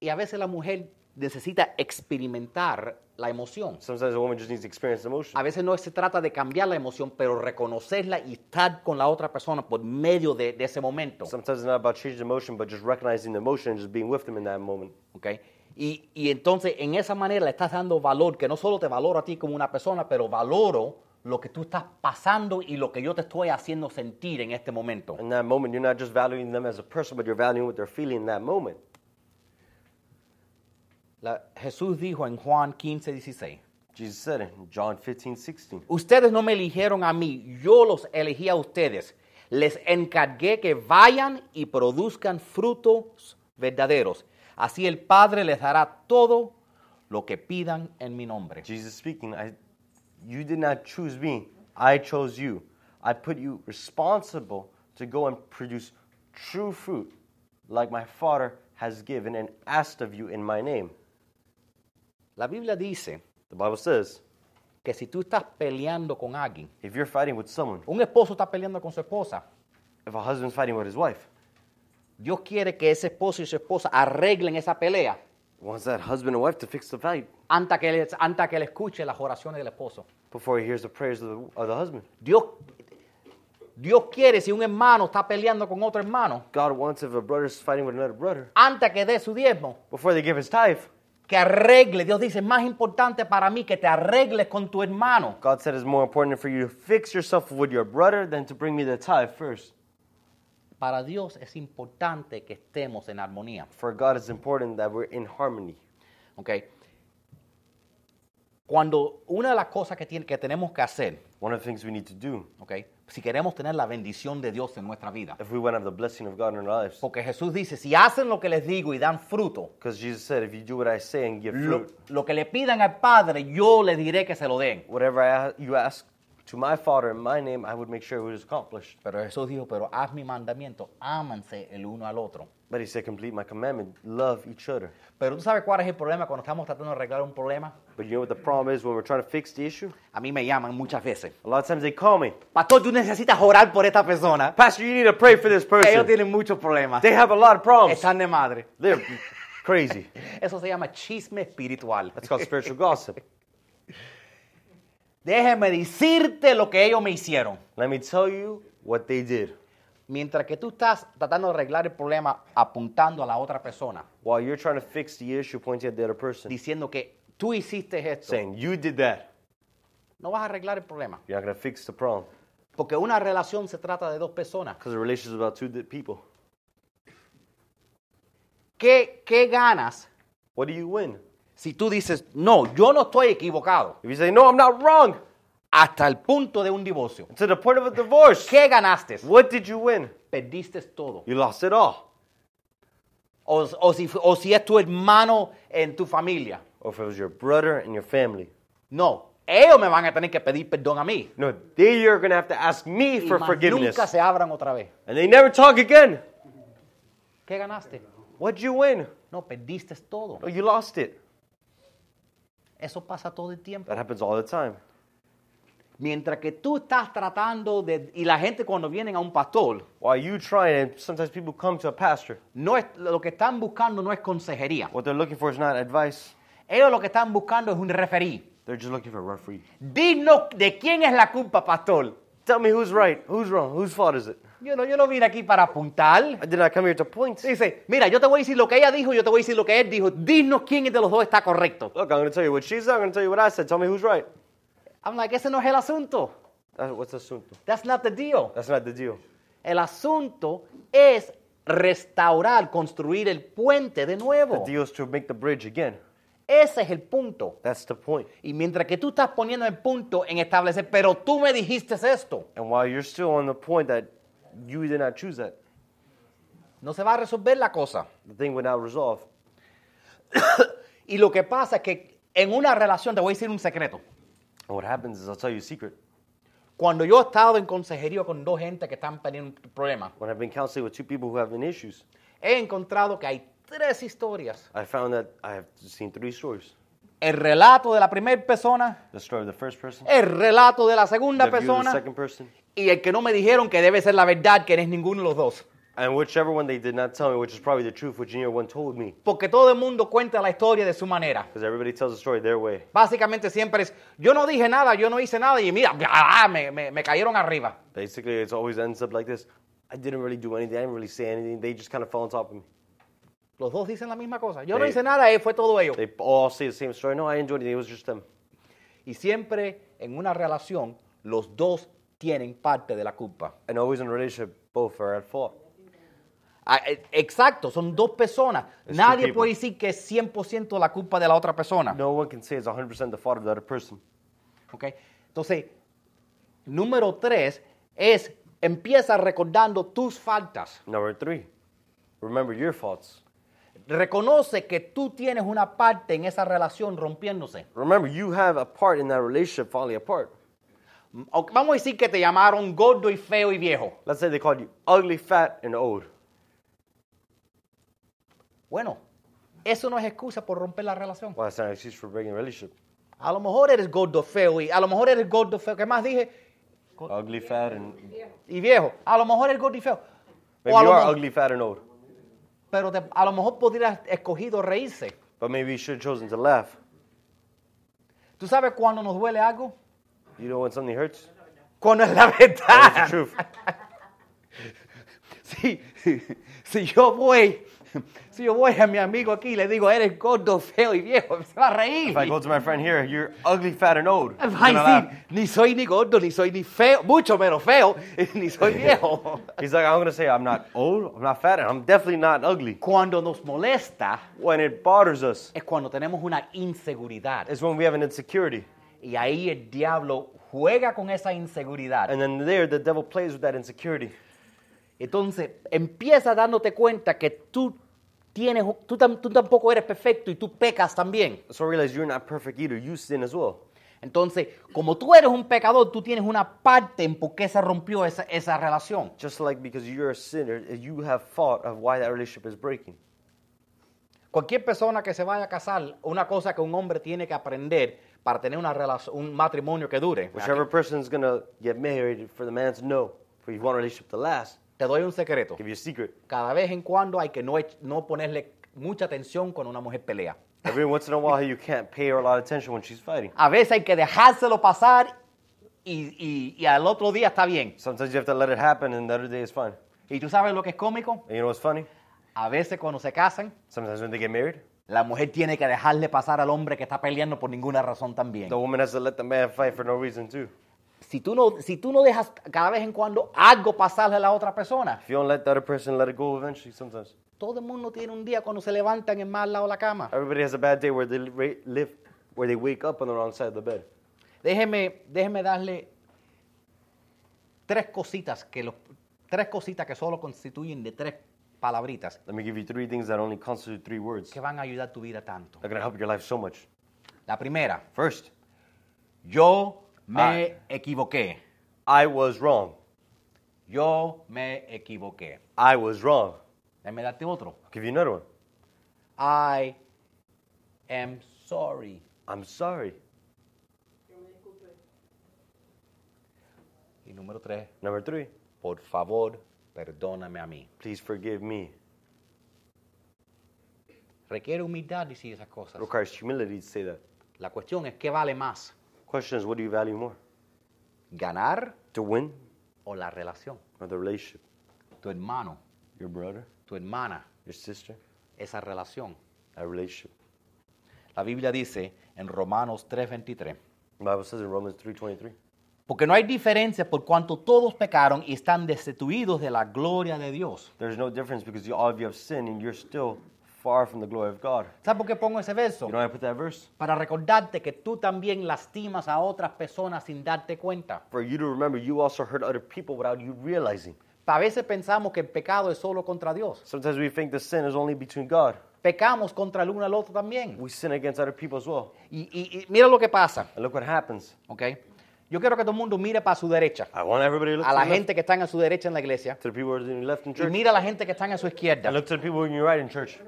Speaker 1: Y a veces la mujer necesita experimentar la emoción.
Speaker 2: Sometimes a woman just needs to experience emotion.
Speaker 1: A veces no se trata de cambiar la emoción, pero reconocerla y estar con la otra persona por medio de, de ese momento.
Speaker 2: Sometimes it's not about changing the emotion, but just recognizing the emotion and just being with them in that moment.
Speaker 1: ¿ok? Y, y entonces en esa manera le estás dando valor, que no solo te valoro a ti como una persona, pero valoro lo que tú estás pasando y lo que yo te estoy haciendo sentir en este momento.
Speaker 2: In that moment, you're not just valuing them as a person, but you're valuing what they're feeling in that moment.
Speaker 1: La- Jesús dijo en Juan 15, 16,
Speaker 2: Jesus said it in John 15, 16.
Speaker 1: ustedes no me eligieron a mí, yo los elegí a ustedes. Les encargué que vayan y produzcan frutos verdaderos. Así el Padre les dará todo lo que pidan en mi nombre.
Speaker 2: Jesus speaking, I, you did not choose me, I chose you. I put you responsible to go and produce true fruit like my Father has given and asked of you in my name.
Speaker 1: La Biblia dice
Speaker 2: The Bible says,
Speaker 1: que si tú estás peleando con alguien,
Speaker 2: if you're fighting with someone,
Speaker 1: un esposo está peleando con su esposa,
Speaker 2: if a husband's fighting with his wife,
Speaker 1: Dios quiere que ese esposo y su esposa arreglen esa pelea
Speaker 2: wants that husband and wife to fix the fight
Speaker 1: antes que él, antes que él escuche las oraciones del esposo.
Speaker 2: before he hears the prayers of the, of the husband.
Speaker 1: Dios, Dios quiere si un hermano está peleando con otro hermano,
Speaker 2: God wants if a brother's fighting with another brother,
Speaker 1: antes que dé su diezmo,
Speaker 2: before they give his tithe,
Speaker 1: que arregle. Dios dice, es más importante para mí que te arregles con tu hermano.
Speaker 2: God said it's more important for you to fix yourself with your brother than to bring me the tithe first.
Speaker 1: Para Dios es importante que estemos en armonía.
Speaker 2: For God, it's important that we're in harmony.
Speaker 1: ¿ok? Cuando una de las cosas que, tiene- que tenemos que hacer,
Speaker 2: One of the things we need to do
Speaker 1: ¿ok? si queremos tener la bendición de Dios en nuestra vida,
Speaker 2: if we want to have the blessing of God in our lives,
Speaker 1: porque Jesús dice, si hacen lo que les digo y dan fruto,
Speaker 2: because Jesus said, if you do what I say and give
Speaker 1: lo,
Speaker 2: fruit,
Speaker 1: lo que le pidan al Padre, yo le diré que se lo den.
Speaker 2: whatever I, you ask to my Father in my name, I would make sure it was accomplished.
Speaker 1: Pero Jesús dijo, pero haz mi mandamiento, ámanse el uno al otro.
Speaker 2: But he said, complete my commandment, love each other.
Speaker 1: Pero tú sabes cuál es el problema cuando estamos tratando de arreglar un problema.
Speaker 2: But you know what the problem is when we're trying to fix the issue?
Speaker 1: A mí me llaman muchas veces.
Speaker 2: A lot of times they call me,
Speaker 1: Pastor, tú necesitas orar por esta persona.
Speaker 2: Pastor, you need to pray for this
Speaker 1: Ellos
Speaker 2: person.
Speaker 1: tienen muchos problemas.
Speaker 2: They have a lot of problems.
Speaker 1: Están de madre.
Speaker 2: They're crazy.
Speaker 1: Eso se llama chisme espiritual.
Speaker 2: That's called spiritual gossip.
Speaker 1: Déjeme decirte lo que ellos me hicieron.
Speaker 2: Let me tell you what they did.
Speaker 1: Mientras que tú estás tratando de arreglar el problema apuntando a la otra persona,
Speaker 2: While you're trying to fix the issue, pointing at the other person,
Speaker 1: diciendo que tú hiciste esto,
Speaker 2: saying, You did that.
Speaker 1: no vas a arreglar el problema.
Speaker 2: You're not going to fix the problem.
Speaker 1: Porque una relación se trata de dos personas.
Speaker 2: Because the relationship is about two di- people.
Speaker 1: ¿Qué, ¿Qué ganas
Speaker 2: What do you win?
Speaker 1: si tú dices, no, yo no estoy equivocado,
Speaker 2: If you say, No, I'm not wrong,
Speaker 1: hasta el punto de un divorcio?
Speaker 2: to the point of a divorce,
Speaker 1: ¿Qué ganaste?
Speaker 2: what did you win?
Speaker 1: Perdiste todo.
Speaker 2: You lost it all.
Speaker 1: O, o si, o si es tu hermano en tu familia.
Speaker 2: Or if it was your brother and your family.
Speaker 1: No, ellos me van a tener que pedir perdón a mí.
Speaker 2: No, they are going to have to ask me
Speaker 1: Y
Speaker 2: for
Speaker 1: más
Speaker 2: forgiveness.
Speaker 1: nunca se abran otra vez.
Speaker 2: And they never talk again.
Speaker 1: ¿Qué ganaste?
Speaker 2: What'd you win?
Speaker 1: No, perdiste todo.
Speaker 2: Oh, you lost it.
Speaker 1: Eso pasa todo el tiempo.
Speaker 2: That happens all the time.
Speaker 1: Mientras que tú estás tratando de... Y la gente cuando vienen a un pastor,
Speaker 2: While you try, and sometimes people come to a pastor,
Speaker 1: no es, lo que están buscando no es consejería.
Speaker 2: what they're looking for is not advice.
Speaker 1: Ellos lo que están buscando es un referí.
Speaker 2: They're just looking for a referee.
Speaker 1: Dinos de quién es la culpa, pastor.
Speaker 2: Tell me who's right, who's wrong, whose fault is it?
Speaker 1: Yo no, yo no vine aquí para apuntar.
Speaker 2: I did not come here to point.
Speaker 1: Dice, mira, yo te voy a decir lo que ella dijo, yo te voy a decir lo que él dijo. Dinos quién de los dos está correcto.
Speaker 2: Look, I'm going to tell you what she said. I'm going to tell you what I said. Tell me who's right.
Speaker 1: I'm like, ese no es el asunto.
Speaker 2: That, what's the asunto?
Speaker 1: That's not the deal.
Speaker 2: That's not the deal.
Speaker 1: El asunto es restaurar, construir el puente de
Speaker 2: The
Speaker 1: nuevo.
Speaker 2: deal is to make the bridge again.
Speaker 1: Ese es el punto.
Speaker 2: That's the point.
Speaker 1: Y mientras que tú estás poniendo el punto en establecer, pero tú me dijiste esto,
Speaker 2: And while you're still on the point that you did not choose that,
Speaker 1: no se va a resolver la cosa.
Speaker 2: the thing will not resolve.
Speaker 1: Y lo que pasa es que en una relación, te voy a decir un secreto.
Speaker 2: And what happens is I'll tell you a secret.
Speaker 1: Cuando yo he estado en consejería con dos gente que están teniendo problemas,
Speaker 2: When I've been counseling with two people who have been issues,
Speaker 1: he encontrado que hay tres historias.
Speaker 2: I found that I have seen three stories.
Speaker 1: El relato de la primera persona,
Speaker 2: The story of the first person,
Speaker 1: el relato de la segunda
Speaker 2: the view of the
Speaker 1: persona
Speaker 2: second person,
Speaker 1: y el que no me dijeron que debe ser la verdad, que no es ninguno de los dos.
Speaker 2: and whichever one they did not tell me, which is probably the truth, which neither one told me,
Speaker 1: Porque todo el mundo cuenta la historia de su manera.
Speaker 2: because everybody tells the story their way.
Speaker 1: Básicamente siempre es, yo no dije nada, yo no hice nada y mira, ah, me, me- me cayeron arriba.
Speaker 2: Basically, it always ends up like this. I didn't really do anything. I didn't really say anything. They just kind of fell on top of me.
Speaker 1: Los dos dicen la misma cosa. Yo no
Speaker 2: Sí.
Speaker 1: hice nada, eh, fue todo ello.
Speaker 2: They all say the same story. No, I didn't do anything. It was just them.
Speaker 1: Y siempre en una relación los dos tienen parte de la culpa.
Speaker 2: And always in a relationship, both are at fault.
Speaker 1: Ah, eh, Exacto, son dos personas.
Speaker 2: two
Speaker 1: Nadie
Speaker 2: people.
Speaker 1: puede decir que es 100% la culpa de la otra persona.
Speaker 2: No one can say it's 100% the fault of the other person.
Speaker 1: ¿ok? Entonces, número tres es empieza recordando tus faltas.
Speaker 2: Number three, remember your faults.
Speaker 1: Reconoce que tú tienes una parte en esa relación rompiéndose.
Speaker 2: Remember, you have a part in that relationship falling apart.
Speaker 1: O- Vamos a decir que te llamaron gordo y feo y viejo.
Speaker 2: Let's say they called you ugly, fat, and old.
Speaker 1: Bueno, eso no es excusa por romper la relación.
Speaker 2: Well, that's not an excuse for breaking a relationship.
Speaker 1: A lo mejor eres gordo feo y a lo mejor eres gordo feo. ¿Qué más dije?
Speaker 2: Ugly, fat, and
Speaker 1: Y viejo. A lo mejor eres gordo y feo.
Speaker 2: maybe you
Speaker 1: O a lo
Speaker 2: are
Speaker 1: mo-
Speaker 2: ugly, fat, and old.
Speaker 1: pero te- a lo mejor podrías escogido reírse.
Speaker 2: But maybe you should have chosen to laugh.
Speaker 1: ¿Tú sabes cuándo nos duele algo?
Speaker 2: You know when something hurts? <laughs>
Speaker 1: Cuando es la
Speaker 2: That's the
Speaker 1: verdad.
Speaker 2: truth.
Speaker 1: Si, <laughs> si yo voy, si yo voy a mi amigo aquí y le digo, eres gordo, feo y viejo, se va a reír.
Speaker 2: If I go to my friend here, you're ugly, fat, and old.
Speaker 1: Va a
Speaker 2: He's gonna laugh.
Speaker 1: decir, ni soy ni gordo, ni soy ni feo, mucho menos feo, <laughs> ni soy viejo.
Speaker 2: He's like, I'm gonna say I'm not old, I'm not fat, and I'm definitely not ugly.
Speaker 1: <laughs> Cuando nos molesta
Speaker 2: When it bothers us,
Speaker 1: es cuando tenemos una inseguridad.
Speaker 2: it's when we have an insecurity.
Speaker 1: Y ahí el diablo juega con esa inseguridad.
Speaker 2: And then there, the devil plays with that insecurity.
Speaker 1: Entonces, empieza dándote cuenta que tú tienes, tú, tam- tú tampoco eres perfecto y tú pecas también.
Speaker 2: So realize you're not perfect either. You sin as well.
Speaker 1: Entonces, como tú eres un pecador, tú tienes una parte en por qué se rompió esa, esa relación.
Speaker 2: Just like because you're a sinner, you have thought of why that relationship is breaking.
Speaker 1: Cualquier persona que se vaya a casar, una cosa que un hombre tiene que aprender para tener una relación, un matrimonio que dure.
Speaker 2: Whichever person's gonna get married, for the man to know, for you want a relationship to last,
Speaker 1: Te doy un secreto.
Speaker 2: give you a secret.
Speaker 1: Cada vez en cuando hay que no, ech- no ponerle mucha atención cuando una mujer pelea.
Speaker 2: Every once in a while, you can't pay her a lot of attention when she's fighting.
Speaker 1: A veces hay que dejárselo pasar y, y- y al otro día está bien.
Speaker 2: Sometimes you have to let it happen, and the other day is fine.
Speaker 1: ¿Y tú sabes lo que es cómico?
Speaker 2: And you know what's funny?
Speaker 1: A veces cuando se casan,
Speaker 2: Sometimes when they get married,
Speaker 1: la mujer tiene que dejarle pasar al hombre que está peleando por ninguna razón también.
Speaker 2: the woman has to let the man fight for no reason too.
Speaker 1: Si tú no, si tú no dejas cada vez en cuando algo pasarle a la otra persona,
Speaker 2: If you don't let the other person let it go, eventually, sometimes
Speaker 1: todo el mundo tiene un día cuando se levantan en mal lado de la cama.
Speaker 2: everybody has a bad day where they li- ra- live, where they wake up on the wrong side of the bed.
Speaker 1: Déjeme, déjeme darle tres cositas que los tres cositas que solo constituyen de tres palabritas
Speaker 2: Let me give you three things that only constitute three words.
Speaker 1: que van a ayudar tu vida tanto.
Speaker 2: They're gonna help your life so much.
Speaker 1: La primera,
Speaker 2: First,
Speaker 1: yo me equivoqué.
Speaker 2: I was wrong.
Speaker 1: Yo me equivoqué.
Speaker 2: I was wrong.
Speaker 1: Déjeme darte otro.
Speaker 2: I'll give you another one.
Speaker 1: I am sorry.
Speaker 2: I'm sorry.
Speaker 1: Y número tres,
Speaker 2: Number three,
Speaker 1: por favor, perdóname a mí.
Speaker 2: please forgive me.
Speaker 1: Requiere humildad decir esas
Speaker 2: It
Speaker 1: cosas.
Speaker 2: requires humility to say that.
Speaker 1: La cuestión es qué vale más,
Speaker 2: Question is, what do you value more?
Speaker 1: ganar
Speaker 2: To win
Speaker 1: o la relación.
Speaker 2: or the relationship?
Speaker 1: Tu hermano,
Speaker 2: Your brother?
Speaker 1: tu hermana,
Speaker 2: Your sister?
Speaker 1: esa relación.
Speaker 2: A relationship.
Speaker 1: La Biblia dice en Romanos 3:23,
Speaker 2: The Bible says in Romans 3.23,
Speaker 1: porque no hay diferencia por cuanto todos pecaron y están destituidos de la gloria de Dios.
Speaker 2: there's no difference because you, all of you have sinned and you're still far from the glory of God.
Speaker 1: ¿Sabes por qué pongo ese verso?
Speaker 2: You know why I put that verse?
Speaker 1: Para recordarte que tú también lastimas a otras personas sin darte cuenta.
Speaker 2: For you to remember, you also hurt other people without you realizing.
Speaker 1: A veces pensamos que el pecado es solo contra Dios.
Speaker 2: Sometimes we think the sin is only between God.
Speaker 1: Pecamos contra el uno al otro también.
Speaker 2: We sin against other people as well.
Speaker 1: Y, y- y mira lo que pasa,
Speaker 2: And look what happens.
Speaker 1: ¿ok? Yo quiero que todo el mundo mire para su derecha,
Speaker 2: I want everybody to look
Speaker 1: a
Speaker 2: to,
Speaker 1: la
Speaker 2: the left,
Speaker 1: gente que están a su derecha en la iglesia,
Speaker 2: to the people who are in your left in
Speaker 1: y
Speaker 2: church.
Speaker 1: mira a la gente que están a su izquierda.
Speaker 2: And look to the people on your right in church.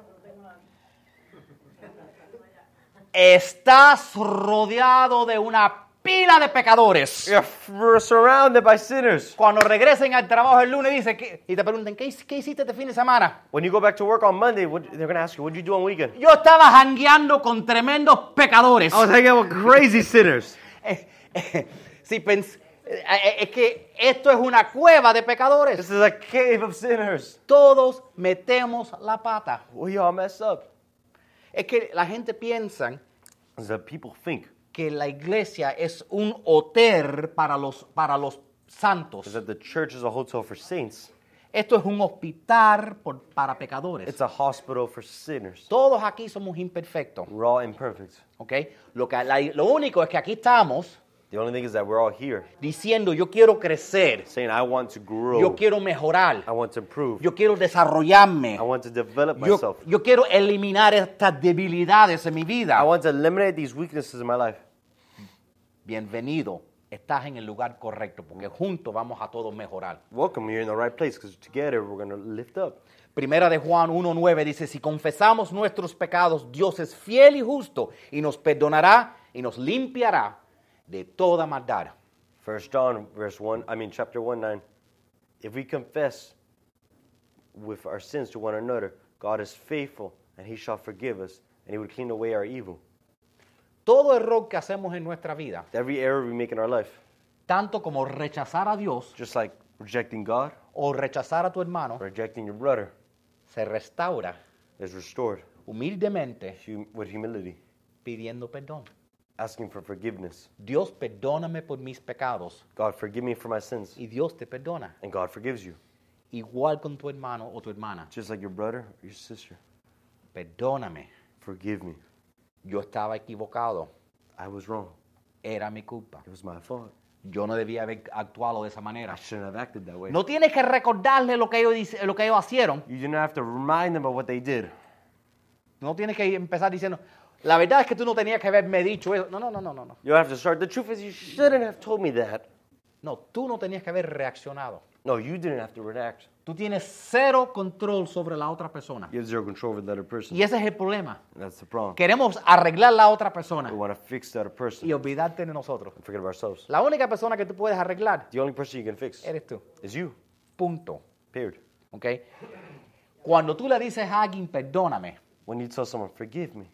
Speaker 1: Estás rodeado de una pila de pecadores.
Speaker 2: You're f- We're surrounded by sinners.
Speaker 1: Cuando regresen al trabajo el lunes dicen que- y te preguntan, ¿qué, hic- qué hiciste este fin de semana?
Speaker 2: When you go back to work on Monday, what, they're going to ask you, what did you do on weekend?
Speaker 1: Yo estaba jangueando con tremendos pecadores. <laughs>
Speaker 2: I was hanging out with crazy sinners.
Speaker 1: Eh, eh, si pens- eh, eh, es que esto es una cueva de pecadores.
Speaker 2: This is a cave of sinners.
Speaker 1: Todos metemos la pata.
Speaker 2: We all mess up.
Speaker 1: Es que la gente piensa
Speaker 2: The people think
Speaker 1: que la iglesia es un hotel para los, para los santos.
Speaker 2: that the church is a hotel for saints.
Speaker 1: Esto es un hospital por- para pecadores.
Speaker 2: It's a hospital for sinners.
Speaker 1: Todos aquí somos imperfectos,
Speaker 2: We're all imperfect.
Speaker 1: ¿ok? Lo, que, la- lo único es que aquí estamos
Speaker 2: The only thing is that we're all here
Speaker 1: diciendo yo quiero crecer,
Speaker 2: saying, I want to
Speaker 1: yo
Speaker 2: grow.
Speaker 1: quiero mejorar,
Speaker 2: I want to improve.
Speaker 1: yo quiero desarrollarme,
Speaker 2: I want to develop
Speaker 1: yo,
Speaker 2: myself.
Speaker 1: yo quiero eliminar estas debilidades en mi
Speaker 2: I
Speaker 1: vida.
Speaker 2: want to eliminate these weaknesses in my life.
Speaker 1: Bienvenido, estás en el lugar correcto porque juntos vamos a todos mejorar.
Speaker 2: Welcome, you're in the right place because together we're going to lift up.
Speaker 1: Primera de Juan 1.9 dice, si confesamos nuestros pecados, Dios es fiel y justo y nos perdonará y nos limpiará de toda maldad.
Speaker 2: First John, verse one. I mean, chapter one nine. If we confess with our sins to one another, God is faithful and He shall forgive us and He would clean away our evil.
Speaker 1: Todo error que hacemos en nuestra vida,
Speaker 2: Every error we make in our life,
Speaker 1: tanto como rechazar a Dios
Speaker 2: just like rejecting God,
Speaker 1: o rechazar a tu hermano,
Speaker 2: rejecting your brother,
Speaker 1: se restaura
Speaker 2: is restored
Speaker 1: humildemente
Speaker 2: hum- with humility,
Speaker 1: pidiendo perdón.
Speaker 2: asking for forgiveness.
Speaker 1: Dios perdóname por mis pecados
Speaker 2: God, forgive me for my sins,
Speaker 1: y Dios te perdona.
Speaker 2: and God forgives you,
Speaker 1: Igual con tu hermano o tu hermana,
Speaker 2: just like your brother or your sister.
Speaker 1: perdóname,
Speaker 2: Forgive me.
Speaker 1: yo estaba equivocado,
Speaker 2: I was wrong.
Speaker 1: era mi culpa.
Speaker 2: It was my fault.
Speaker 1: Yo no debía haber actuado de esa
Speaker 2: I
Speaker 1: manera.
Speaker 2: shouldn't have acted that way.
Speaker 1: No tienes que recordarle lo que ellos, dice- lo que ellos hicieron.
Speaker 2: You do not have to remind them of what they did.
Speaker 1: No tienes que empezar diciendo, La verdad es que tú no tenías que haberme dicho eso. No, no, no, no, no. no.
Speaker 2: You don't have to start. The truth is, you shouldn't have told me that.
Speaker 1: No, tú no tenías que haber reaccionado.
Speaker 2: No, you didn't have to react.
Speaker 1: Tú tienes cero control sobre la otra persona.
Speaker 2: You have zero control over the other person.
Speaker 1: Y ese es el problema.
Speaker 2: That's the problem.
Speaker 1: Queremos arreglar la otra persona
Speaker 2: We want to fix the other person
Speaker 1: y olvidarte de nosotros.
Speaker 2: and forget of ourselves.
Speaker 1: La única persona que tú puedes arreglar
Speaker 2: The only person you can fix
Speaker 1: eres tú.
Speaker 2: is you.
Speaker 1: Punto.
Speaker 2: Period.
Speaker 1: ¿Ok? Cuando tú le dices a alguien perdóname,
Speaker 2: When you tell someone, forgive me,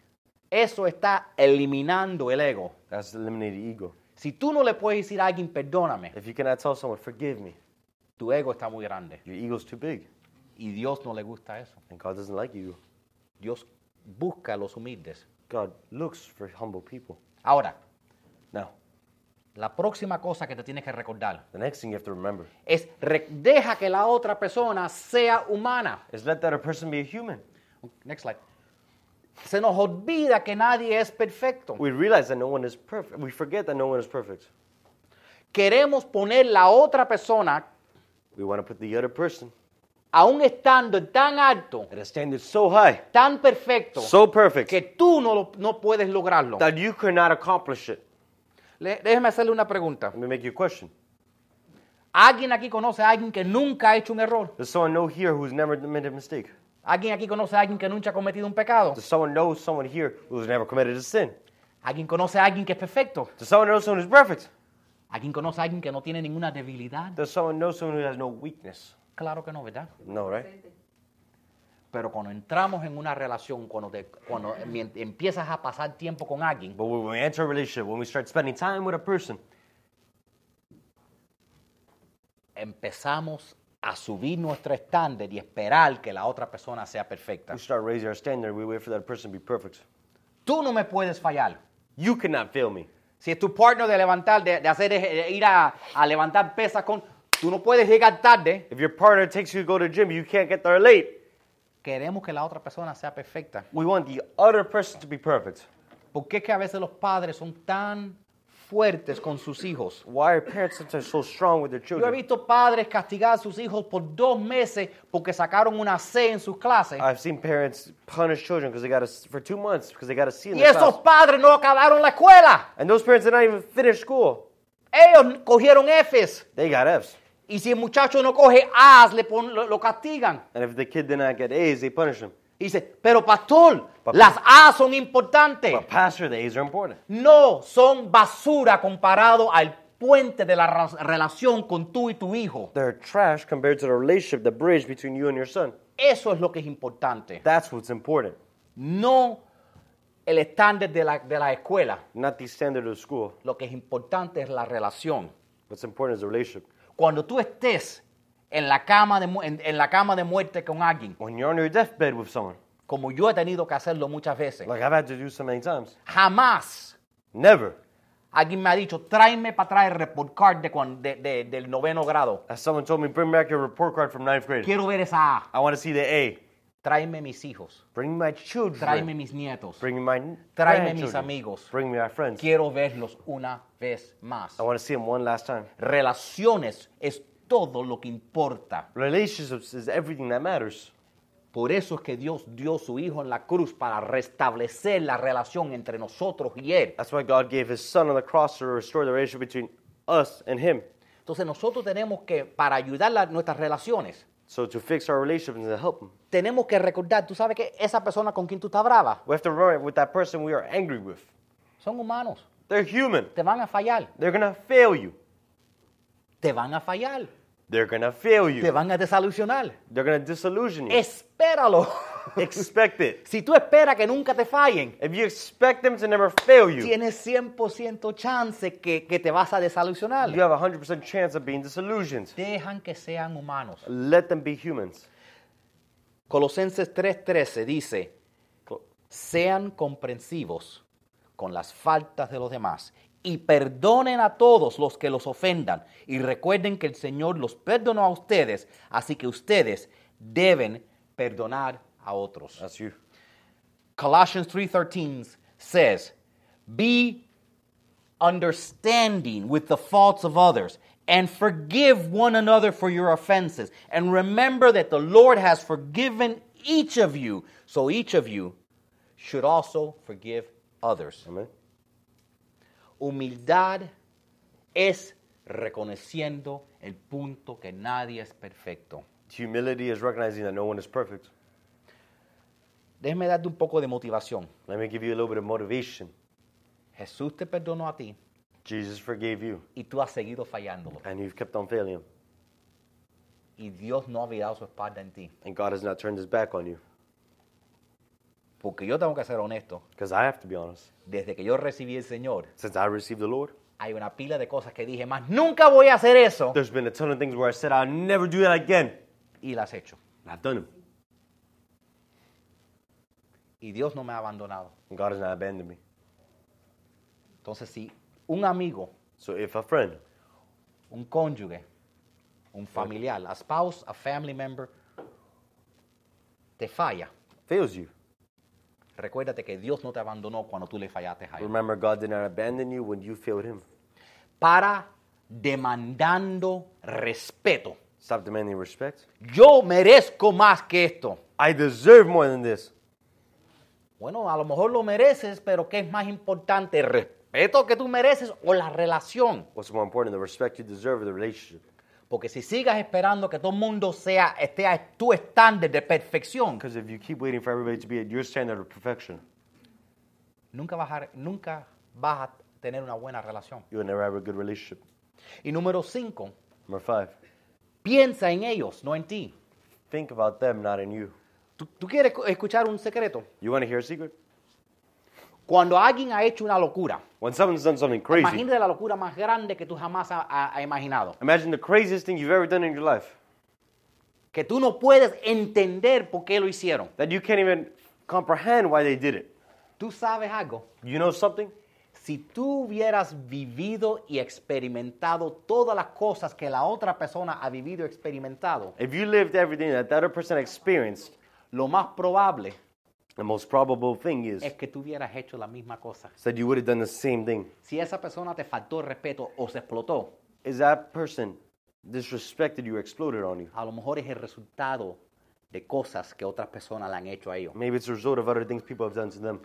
Speaker 1: eso está eliminando el ego.
Speaker 2: that's eliminated ego.
Speaker 1: Si tú no le puedes decir a alguien perdóname,
Speaker 2: If you cannot tell someone, forgive me,
Speaker 1: tu ego está muy grande.
Speaker 2: your ego's too big.
Speaker 1: Y Dios no le gusta eso.
Speaker 2: And God doesn't like ego.
Speaker 1: Dios busca a los humildes.
Speaker 2: God looks for humble people.
Speaker 1: Ahora,
Speaker 2: Now,
Speaker 1: la próxima cosa que te tienes que recordar
Speaker 2: the next thing you have to remember
Speaker 1: es re- deja que la otra persona sea humana.
Speaker 2: is let that other person be a human.
Speaker 1: Next slide. Se nos olvida que nadie es perfecto.
Speaker 2: We realize that no one is perfect. We forget that no one is perfect.
Speaker 1: Queremos poner la otra persona
Speaker 2: We want to put the other person
Speaker 1: aún estando tan alto,
Speaker 2: at a standard so high,
Speaker 1: tan perfecto,
Speaker 2: so perfect,
Speaker 1: que tú no, lo- no puedes lograrlo.
Speaker 2: that you could not accomplish it.
Speaker 1: Le- déjeme hacerle una pregunta.
Speaker 2: Let me make you a question.
Speaker 1: ¿Alguien aquí conoce a alguien que nunca ha hecho un error?
Speaker 2: Does someone know here who's never made a mistake?
Speaker 1: ¿Alguien aquí conoce a alguien que nunca ha cometido un pecado?
Speaker 2: Does someone know someone here who's never committed a sin?
Speaker 1: ¿Alguien conoce a alguien que es perfecto?
Speaker 2: Does someone know someone who's perfect?
Speaker 1: ¿Alguien conoce a alguien que no tiene ninguna debilidad?
Speaker 2: Does someone know someone who has no weakness?
Speaker 1: Claro que no, ¿verdad?
Speaker 2: No, right?
Speaker 1: Pero cuando entramos en una relación, cuando, te- cuando em- empiezas a pasar tiempo con alguien,
Speaker 2: But when we enter a relationship, when we start spending time with a person,
Speaker 1: empezamos a subir nuestro estándar y esperar que la otra persona sea perfecta.
Speaker 2: we start raising our standard. We wait for that person to be perfect.
Speaker 1: Tú no me puedes fallar.
Speaker 2: You cannot fail me.
Speaker 1: Si es tu partner de levantar, de, de hacer, de ir a, a levantar pesas con, tú no puedes llegar tarde.
Speaker 2: If your partner takes you to go to the gym, you can't get there late.
Speaker 1: Queremos que la otra persona sea perfecta.
Speaker 2: We want the other person to be perfect.
Speaker 1: ¿Por qué es que a veces los padres son tan fuertes con sus hijos?
Speaker 2: Why are parents sometimes so strong with their
Speaker 1: Yo he
Speaker 2: children?
Speaker 1: visto padres castigar a sus hijos por dos meses porque sacaron una C en sus clases.
Speaker 2: I've seen parents punish children because they got a, for two months because they got a C in
Speaker 1: Y
Speaker 2: their
Speaker 1: esos
Speaker 2: class.
Speaker 1: padres no acabaron la escuela.
Speaker 2: And those parents did not even finish school.
Speaker 1: Ellos cogieron Fs.
Speaker 2: They got F's.
Speaker 1: Y si el muchacho no coge As, le pon- lo, lo castigan.
Speaker 2: And if the kid did not get A's, they punish him.
Speaker 1: Y dice, pero pastor,
Speaker 2: Papá.
Speaker 1: las A son importantes.
Speaker 2: But pastor, the A's are important.
Speaker 1: No son basura comparado al puente de la ra- relación con tú y tu hijo.
Speaker 2: They're trash compared to the relationship, the bridge between you and your son.
Speaker 1: Eso es lo que es importante.
Speaker 2: That's what's important,
Speaker 1: No el estándar de la, de la escuela.
Speaker 2: not the standard of school.
Speaker 1: Lo que es importante es la relación.
Speaker 2: What's important is the relationship.
Speaker 1: Cuando tú estés en la cama de, mu- en, en la cama de muerte con alguien,
Speaker 2: When you're on your deathbed with someone,
Speaker 1: como yo he tenido que hacerlo muchas veces,
Speaker 2: like I've had to do so many times,
Speaker 1: jamás
Speaker 2: never
Speaker 1: alguien me ha dicho, tráeme para atrás el report card de cuan- de- de- del noveno grado.
Speaker 2: As someone told me, bring back your report card from ninth grade.
Speaker 1: Quiero ver esa A.
Speaker 2: I want to see the A.
Speaker 1: Tráeme mis hijos,
Speaker 2: Bring my children.
Speaker 1: tráeme mis nietos,
Speaker 2: Bring my
Speaker 1: tráeme mis
Speaker 2: grandchildren.
Speaker 1: amigos.
Speaker 2: Bring me my friends.
Speaker 1: Quiero verlos una vez más.
Speaker 2: I want to see them one last time.
Speaker 1: Relaciones es todo lo que importa.
Speaker 2: Relationships is everything that matters.
Speaker 1: Por eso es que Dios dio su Hijo en la cruz para restablecer la relación entre nosotros y Él.
Speaker 2: That's why God gave His Son on the cross to restore the relationship between us and Him.
Speaker 1: Entonces nosotros tenemos que, para ayudar a nuestras relaciones,
Speaker 2: So to fix our relationships and to help them,
Speaker 1: tenemos que recordar, tú sabes que esa persona con quien tú estás brava,
Speaker 2: we have to remember with that person we are angry with.
Speaker 1: son humanos,
Speaker 2: They're human.
Speaker 1: te van a fallar,
Speaker 2: They're gonna fail you.
Speaker 1: te van a fallar,
Speaker 2: They're gonna fail
Speaker 1: te
Speaker 2: you.
Speaker 1: van a desilusionar.
Speaker 2: They're gonna disillusion you.
Speaker 1: Espéralo. <laughs>
Speaker 2: Expect it.
Speaker 1: si tú esperas que nunca te fallen,
Speaker 2: If you expect them to never fail you,
Speaker 1: tienes 100% chance que, que te vas a desilusionar.
Speaker 2: You have a 100% chance of being disillusioned.
Speaker 1: Dejan que sean humanos.
Speaker 2: Let them be humans.
Speaker 1: Colosenses 3:13 dice, sean comprensivos con las faltas de los demás y perdonen a todos los que los ofendan y recuerden que el Señor los perdonó a ustedes, así que ustedes deben perdonar a otros.
Speaker 2: That's you.
Speaker 1: Colossians 3:13 says, "Be understanding with the faults of others and forgive one another for your offenses and remember that the Lord has forgiven each of you, so each of you should also forgive others.
Speaker 2: Amén.
Speaker 1: Humildad es reconociendo el punto que nadie es perfecto.
Speaker 2: Humility is recognizing that no one is perfect.
Speaker 1: Déjeme darte un poco de motivación.
Speaker 2: Let me give you a little bit of motivation.
Speaker 1: Jesús te perdonó a ti
Speaker 2: Jesus forgave you,
Speaker 1: y tú has seguido fallándolo.
Speaker 2: and you've kept on failing him,
Speaker 1: Y Dios no ha virado su espalda en ti.
Speaker 2: and God has not turned his back on you.
Speaker 1: Porque yo tengo que ser honesto.
Speaker 2: Because I have to be honest.
Speaker 1: Desde que yo recibí el Señor,
Speaker 2: Since I received the Lord,
Speaker 1: hay una pila de cosas que dije más. Nunca voy a hacer eso.
Speaker 2: there's been a ton of things where I said I'll never do that again,
Speaker 1: Y las he hecho.
Speaker 2: and I've done them.
Speaker 1: Y Dios no me ha abandonado.
Speaker 2: And God has not abandoned me.
Speaker 1: Entonces, si un amigo,
Speaker 2: So if a friend,
Speaker 1: un cónyuge, un familiar, a spouse, a family member, te falla,
Speaker 2: fails you,
Speaker 1: recuérdate que Dios no te abandonó cuando tú le fallaste a él.
Speaker 2: remember God did not abandon you when you failed him.
Speaker 1: Para demandando respeto.
Speaker 2: Stop demanding respect.
Speaker 1: Yo merezco más que esto.
Speaker 2: I deserve more than this.
Speaker 1: Bueno, a lo mejor lo mereces, pero ¿qué es más importante? ¿El respeto que tú mereces o la relación?
Speaker 2: What's more important, the respect you deserve or the relationship?
Speaker 1: Porque si sigas esperando que todo el mundo sea, esté a tu estándar de perfección,
Speaker 2: Because if you keep waiting for everybody to be at your standard of perfection,
Speaker 1: nunca vas, a, nunca vas a tener una buena relación.
Speaker 2: you will never have a good relationship.
Speaker 1: Y número cinco,
Speaker 2: Number five,
Speaker 1: piensa en ellos, no en ti.
Speaker 2: think about them, not in you.
Speaker 1: ¿Tú, tú quieres escu- escuchar un secreto?
Speaker 2: You want to hear a secret?
Speaker 1: Cuando alguien ha hecho una locura,
Speaker 2: When someone's done something crazy,
Speaker 1: imagínate la locura más grande que tú jamás ha- ha- has imaginado.
Speaker 2: imagine the craziest thing you've ever done in your life
Speaker 1: Que tú no puedes entender por qué lo hicieron.
Speaker 2: that you can't even comprehend why they did it.
Speaker 1: ¿Tú sabes algo?
Speaker 2: You know something?
Speaker 1: Si tú hubieras vivido y experimentado todas las cosas que la otra persona ha vivido y experimentado,
Speaker 2: If you lived everything that that other person experienced,
Speaker 1: lo más probable
Speaker 2: the most probable thing is
Speaker 1: es que tú hubieras hecho la misma cosa.
Speaker 2: that you would have done the same thing.
Speaker 1: Si esa persona te faltó el respeto o se explotó,
Speaker 2: Is that person disrespected you, or exploded on you?
Speaker 1: a lo mejor es el resultado de cosas que otras personas le han hecho a ellos.
Speaker 2: Maybe it's a result of other things people have done to them.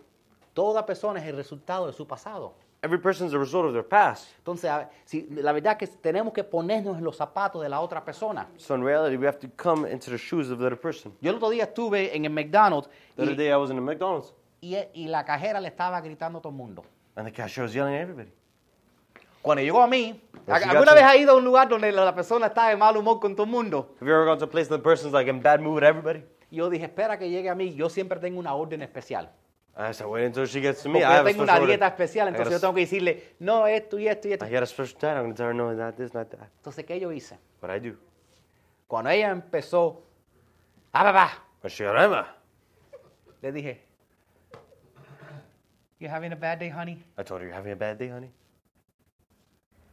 Speaker 1: Toda persona es el resultado de su pasado.
Speaker 2: Every person's a result of their past.
Speaker 1: Entonces, a- si, la verdad que tenemos que ponernos en los zapatos de la otra persona.
Speaker 2: So in reality, we have to come into the shoes of the other person.
Speaker 1: Yo el otro día estuve en el McDonald's
Speaker 2: The other
Speaker 1: y,
Speaker 2: day, I was in a McDonald's,
Speaker 1: y- y la cajera le estaba gritando a todo el mundo.
Speaker 2: and the cashier was yelling at everybody.
Speaker 1: Cuando llegó a mí,
Speaker 2: Pues sí,
Speaker 1: ¿alguna
Speaker 2: gacho.
Speaker 1: vez ha ido a un lugar donde la persona está de mal humor con todo el mundo?
Speaker 2: Have you ever gone to a place and the person's like in bad mood at everybody?
Speaker 1: Y Yo dije, espera que llegue a mí, yo siempre tengo una orden especial.
Speaker 2: I said, wait until she gets to me.
Speaker 1: Porque
Speaker 2: I
Speaker 1: yo
Speaker 2: have a
Speaker 1: tengo una
Speaker 2: special
Speaker 1: dieta
Speaker 2: order.
Speaker 1: especial,
Speaker 2: I got a
Speaker 1: entonces yo
Speaker 2: s-
Speaker 1: tengo que decirle, no, esto y esto y esto.
Speaker 2: I got a special diet. I'm gonna tell her no, not this, not that.
Speaker 1: Entonces, ¿qué yo hice?
Speaker 2: But I do.
Speaker 1: Cuando ella empezó, ah, papá,
Speaker 2: But she got Emma.
Speaker 1: le dije, you having a bad day, honey?
Speaker 2: I told her you're having a bad day, honey.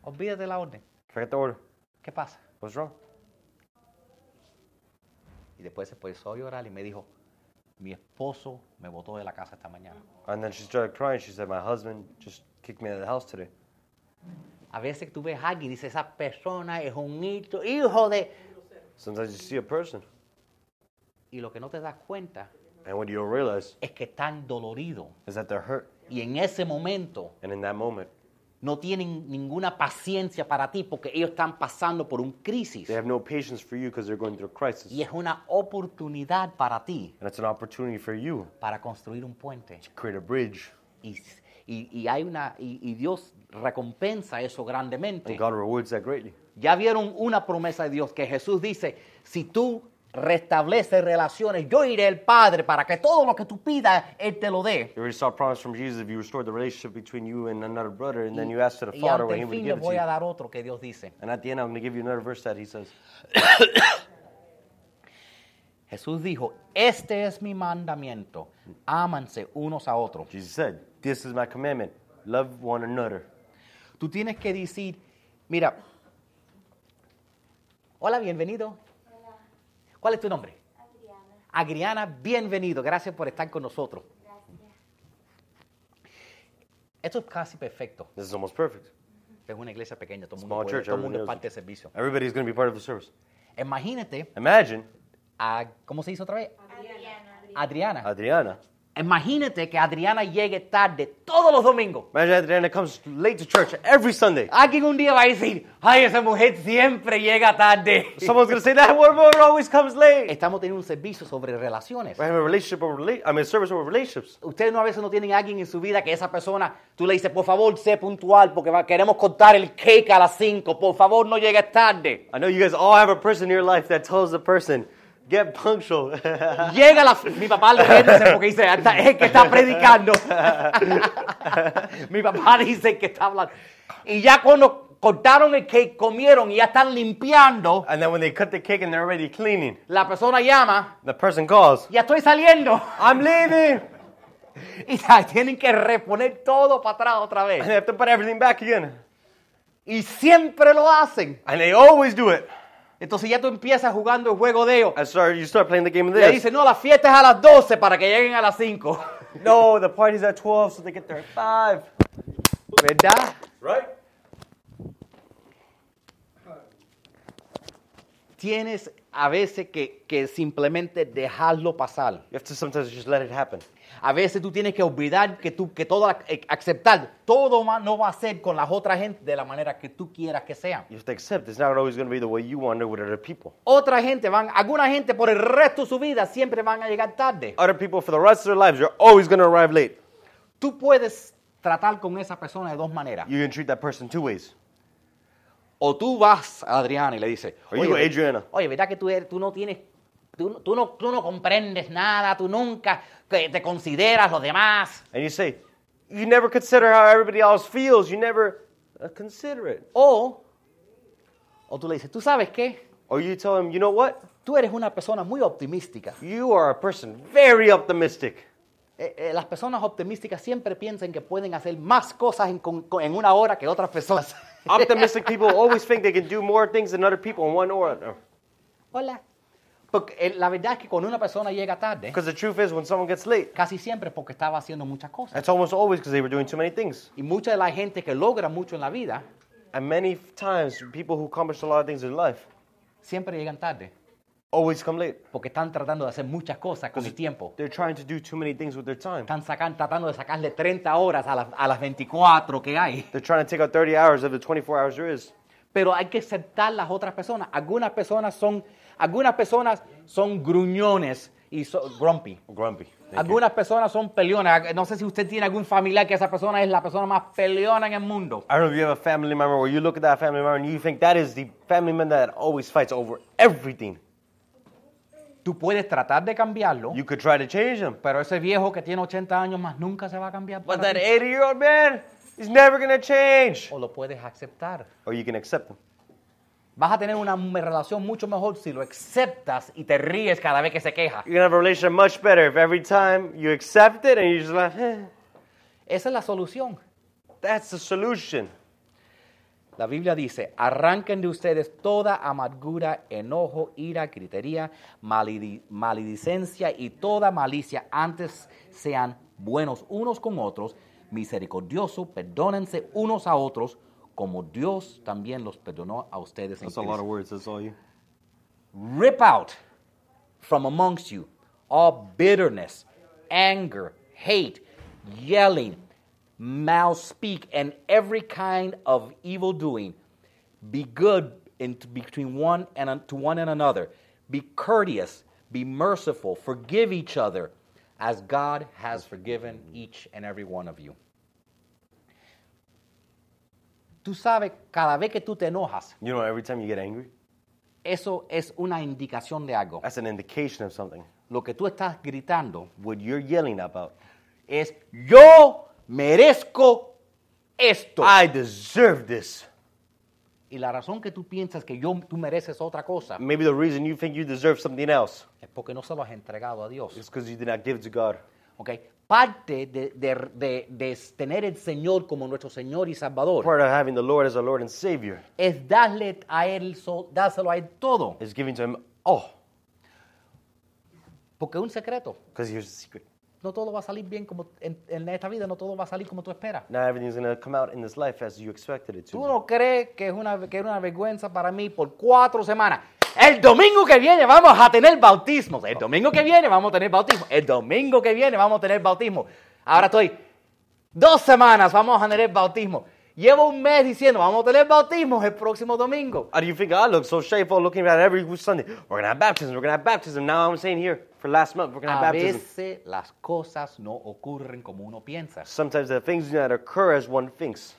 Speaker 1: Olvídate la orden.
Speaker 2: Forget the order.
Speaker 1: ¿Qué pasa?
Speaker 2: What's wrong?
Speaker 1: Y después se empezó a llorar y me dijo, mi esposo me botó de la casa esta mañana.
Speaker 2: And then she started crying. She said, my husband just kicked me out of the house today.
Speaker 1: A veces tú ves a alguien y dices, esa persona es un hijo, hijo de...
Speaker 2: Sometimes you see a person,
Speaker 1: Y lo que no te das cuenta
Speaker 2: and what you don't realize
Speaker 1: es que están doloridos.
Speaker 2: is that they're hurt.
Speaker 1: Y en ese momento
Speaker 2: And in that moment,
Speaker 1: no tienen ninguna paciencia para ti porque ellos están pasando por un crisis.
Speaker 2: they have no patience for you because they're going through a crisis.
Speaker 1: Y es una oportunidad para ti
Speaker 2: And it's an opportunity for you
Speaker 1: para construir un puente.
Speaker 2: to create a bridge.
Speaker 1: Y, y- y hay una, y, y Dios recompensa eso grandemente.
Speaker 2: And God rewards that greatly.
Speaker 1: Ya vieron una promesa de Dios que Jesús dice, si tú restableces relaciones, yo iré al Padre para que todo lo que tú pidas, Él te lo dé.
Speaker 2: You already saw a promise from Jesus if you restored the relationship between you and another brother, and then you asked to the
Speaker 1: Y
Speaker 2: Father
Speaker 1: ante
Speaker 2: when
Speaker 1: el
Speaker 2: He would
Speaker 1: fin les
Speaker 2: give it to
Speaker 1: voy a
Speaker 2: you.
Speaker 1: dar otro que Dios dice.
Speaker 2: And at the end, I'm going to give you another verse that He says,
Speaker 1: Jesús dijo, este es mi mandamiento, ámanse unos a otros.
Speaker 2: Jesus said, This is my commandment love one another.
Speaker 1: Tú tienes que decir, mira, hola, bienvenido. ¿Cuál es tu nombre? Agriana. Agriana, bienvenido. Gracias por estar con nosotros. Esto es casi perfecto.
Speaker 2: This is almost perfect.
Speaker 1: Es una iglesia pequeña, todo el mundo,
Speaker 2: Small
Speaker 1: puede,
Speaker 2: church,
Speaker 1: todo el mundo es
Speaker 2: everyone
Speaker 1: parte del
Speaker 2: knows.
Speaker 1: servicio.
Speaker 2: Everybody's going to be part of the service.
Speaker 1: Imagínate
Speaker 2: Imagine
Speaker 1: a, ¿cómo se dice otra vez? Adriana.
Speaker 2: Adriana
Speaker 1: Imagínate que Adriana llegue tarde todos los domingos.
Speaker 2: Imagine Adriana comes late to church every Sunday.
Speaker 1: Alguien un día va a decir, ay, esa mujer siempre llega <laughs> tarde.
Speaker 2: Someone's gonna say that woman always comes late.
Speaker 1: Estamos teniendo un servicio sobre relaciones.
Speaker 2: We're having a relationship over rela- I mean, service over relationships.
Speaker 1: Ustedes no a veces no tienen a alguien en su vida que esa persona, tú le dices, por favor, sé puntual porque va- queremos cortar el cake a las 5, por favor, no llegues tarde.
Speaker 2: I know you guys all have a person in your life that tells the person, get punctual. <laughs>
Speaker 1: Llega a las... Mi papá le dice porque dice, "Esta- es el que está predicando. <laughs> Mi papá dice que está hablando. Y ya cuando cortaron el cake, comieron y ya están limpiando,
Speaker 2: and then when they cut the cake and they're already cleaning,
Speaker 1: la persona llama,
Speaker 2: the person calls,
Speaker 1: ya estoy saliendo.
Speaker 2: I'm leaving.
Speaker 1: <laughs> Y sa- tienen que reponer todo para atrás otra
Speaker 2: And
Speaker 1: vez.
Speaker 2: they have to put everything back again.
Speaker 1: Y siempre lo hacen.
Speaker 2: And they always do it.
Speaker 1: Entonces ya tú empiezas jugando el juego de ellos.
Speaker 2: I start, you start playing the game of
Speaker 1: Le
Speaker 2: this.
Speaker 1: dice, no, la fiesta es a las 12 para que lleguen a las 5.
Speaker 2: No, the party's at 12, so they get there at 5.
Speaker 1: <laughs> ¿Verdad?
Speaker 2: Right?
Speaker 1: Tienes a veces que, que simplemente dejarlo pasar.
Speaker 2: You have to sometimes just let it happen.
Speaker 1: A veces tú tienes que olvidar que tú, que todo, eh, aceptar, todo va- no va a ser con las otras gente de la manera que tú quieras que sea.
Speaker 2: You have to accept it's not always going to be the way you want it with other people.
Speaker 1: Otra gente van, alguna gente por el resto de su vida siempre van a llegar tarde.
Speaker 2: Other people, for the rest of their lives, you're always going to arrive late.
Speaker 1: Tú puedes tratar con esa persona de dos maneras.
Speaker 2: You can treat that person two ways.
Speaker 1: O tú vas a Adriana y le dices,
Speaker 2: Or you go, Adriana.
Speaker 1: oye, ¿verdad que tú, eres- tú no tienes, tú, no- tú no, tú no comprendes nada, tú nunca que te consideras los demás?
Speaker 2: And you say, you never consider how everybody else feels. You never uh, consider it.
Speaker 1: O, o tú le dices, ¿tú sabes qué?
Speaker 2: Or you tell them, you know what?
Speaker 1: Tú eres una persona muy optimística.
Speaker 2: You are a person very optimistic.
Speaker 1: Eh, eh, las personas optimísticas siempre piensan que pueden hacer más cosas en, con- con- en una hora que otras personas. <laughs>
Speaker 2: Optimistic people always think they can do more things than other people in one hour.
Speaker 1: Hola. Porque eh, la verdad es que cuando una persona llega tarde,
Speaker 2: Because the truth is, when someone gets late,
Speaker 1: casi siempre es porque estaba haciendo muchas cosas.
Speaker 2: that's almost always because they were doing too many things.
Speaker 1: Y mucha de la gente que logra mucho en la vida
Speaker 2: And many times, people who accomplish a lot of things in life
Speaker 1: siempre llegan tarde
Speaker 2: always come late.
Speaker 1: porque están tratando de hacer muchas cosas con el tiempo.
Speaker 2: They're trying to do too many things with their time.
Speaker 1: Están sacan- tratando de sacarle 30 horas a, las- a las 24 que hay.
Speaker 2: They're trying to take out 30 hours of the 24 hours there is.
Speaker 1: Pero hay que aceptar las otras personas. Algunas personas son, algunas personas son gruñones y son grumpy.
Speaker 2: Grumpy.
Speaker 1: Algunas personas son peleonas. No sé si usted tiene algún familiar que esa persona es la persona más peleona en el mundo.
Speaker 2: I don't know if you have a family member where you look at that family member and you think that is the family member that always fights over everything.
Speaker 1: Tú puedes tratar de cambiarlo,
Speaker 2: You could try to change them.
Speaker 1: pero ese viejo que tiene 80 años más nunca se va a cambiar.
Speaker 2: But
Speaker 1: para
Speaker 2: that
Speaker 1: ti.
Speaker 2: 80 year old man is never going to change.
Speaker 1: o lo puedes aceptar.
Speaker 2: Or you can accept them.
Speaker 1: Vas a tener una me- relación mucho mejor si lo aceptas y te ríes cada vez que se queja.
Speaker 2: You're going to have a relationship much better if every time you accept it and you're just like, eh,
Speaker 1: Esa es la solución.
Speaker 2: that's the solution.
Speaker 1: La Biblia dice, arranquen de ustedes toda amargura, enojo, ira, gritería, malidi- maledicencia y toda malicia. Antes sean buenos unos con otros, misericordiosos, perdónense unos a otros, como Dios también los perdonó a ustedes en Cristo.
Speaker 2: words. That's all you.
Speaker 1: Rip out from amongst you all bitterness, anger, hate, yelling, mouthspeak, and every kind of evil doing. Be good in between one and to one and another. Be courteous, be merciful, forgive each other, as God has forgiven each and every one of you. Tú sabes, cada vez que tú te enojas,
Speaker 2: You know, every time you get angry,
Speaker 1: eso es una indicación de algo.
Speaker 2: that's an indication of something.
Speaker 1: Lo que tú estás gritando
Speaker 2: What you're yelling about.
Speaker 1: es yo merezco esto.
Speaker 2: I deserve this.
Speaker 1: Y la razón que tú piensas que yo, tú mereces otra cosa
Speaker 2: Maybe the reason you think you deserve something else
Speaker 1: es porque no se lo has entregado a Dios.
Speaker 2: is because you did not give it to God.
Speaker 1: ¿ok? Parte de, de- de- de tener el Señor como nuestro Señor y Salvador
Speaker 2: Part of having the Lord as our Lord and Savior
Speaker 1: es darle a Él, so- dárselo a Él todo.
Speaker 2: is giving to Him all.
Speaker 1: Porque es un secreto.
Speaker 2: Because here's the secret.
Speaker 1: No todo va a salir bien como en, en esta vida, no todo va a salir como tú esperas.
Speaker 2: Not everything's going to come out in this life as you expected it
Speaker 1: Tú
Speaker 2: to.
Speaker 1: no crees que es una, que era una vergüenza para mí por cuatro semanas. El domingo que viene vamos a tener bautismos. El domingo que viene vamos a tener bautismo. El domingo que viene vamos a tener bautismo. Ahora estoy dos semanas vamos a tener bautismo. Llevo un mes diciendo vamos a tener bautismos el próximo domingo.
Speaker 2: How do you think I look? So shameful looking at every Sunday. We're going to have baptism. We're going to have baptism. Now I'm saying here for last month, we're going to have
Speaker 1: A
Speaker 2: baptism.
Speaker 1: veces las cosas no ocurren como uno piensa.
Speaker 2: Sometimes the things do not occur as one thinks.